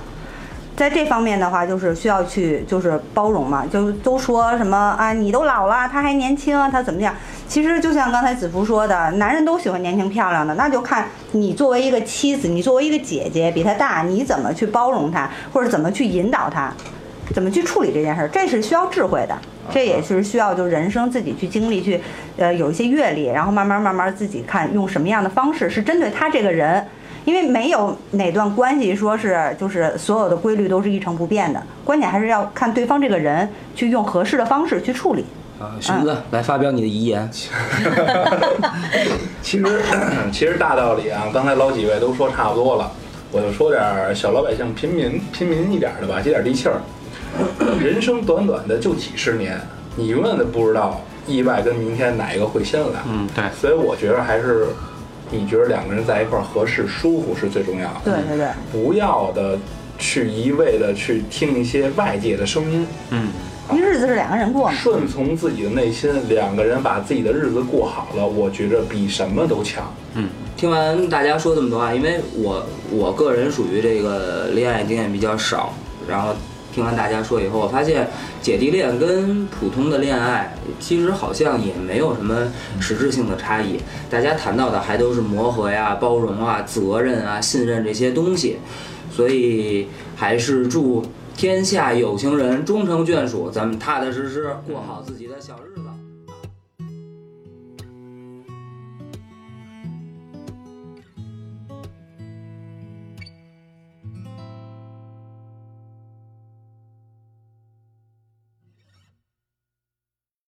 Speaker 4: 在这方面的话，就是需要去就是包容嘛，就是都说什么啊，你都老了，他还年轻，他怎么样？其实就像刚才子福说的，男人都喜欢年轻漂亮的，那就看你作为一个妻子，你作为一个姐姐，比他大，你怎么去包容他，或者怎么去引导他，怎么去处理这件事儿，这是需要智慧的。这也是需要就人生自己去经历去，呃，有一些阅历，然后慢慢慢慢自己看用什么样的方式是针对他这个人，因为没有哪段关系说是就是所有的规律都是一成不变的，关键还是要看对方这个人去用合适的方式去处理。
Speaker 1: 啊，熊哥来发表你的遗言。
Speaker 3: 其实 <clears throat> 其实大道理啊，刚才老几位都说差不多了，我就说点儿小老百姓、平民、平民一点儿的吧，接点地气儿。 <clears throat> 人生短短的就几十年，你永远都不知道意外跟明天哪一个会先来。
Speaker 2: 嗯，对，
Speaker 3: 所以我觉得还是，你觉得两个人在一块儿合适、舒服是最重要的。
Speaker 4: 对对对，
Speaker 3: 不要的去一味的去听一些外界的声音，
Speaker 2: 嗯，
Speaker 4: 因为日子是两个人过嘛。
Speaker 3: 顺从自己的内心，两个人把自己的日子过好了，我觉着比什么都强。
Speaker 1: 听完大家说这么多啊，因为我我个人属于这个恋爱经验比较少，然后听完大家说以后，我发现姐弟恋跟普通的恋爱其实好像也没有什么实质性的差异，大家谈到的还都是磨合呀、包容啊、责任啊、信任这些东西，所以还是祝天下有情人终成眷属，咱们踏踏实实过好自己的小日子。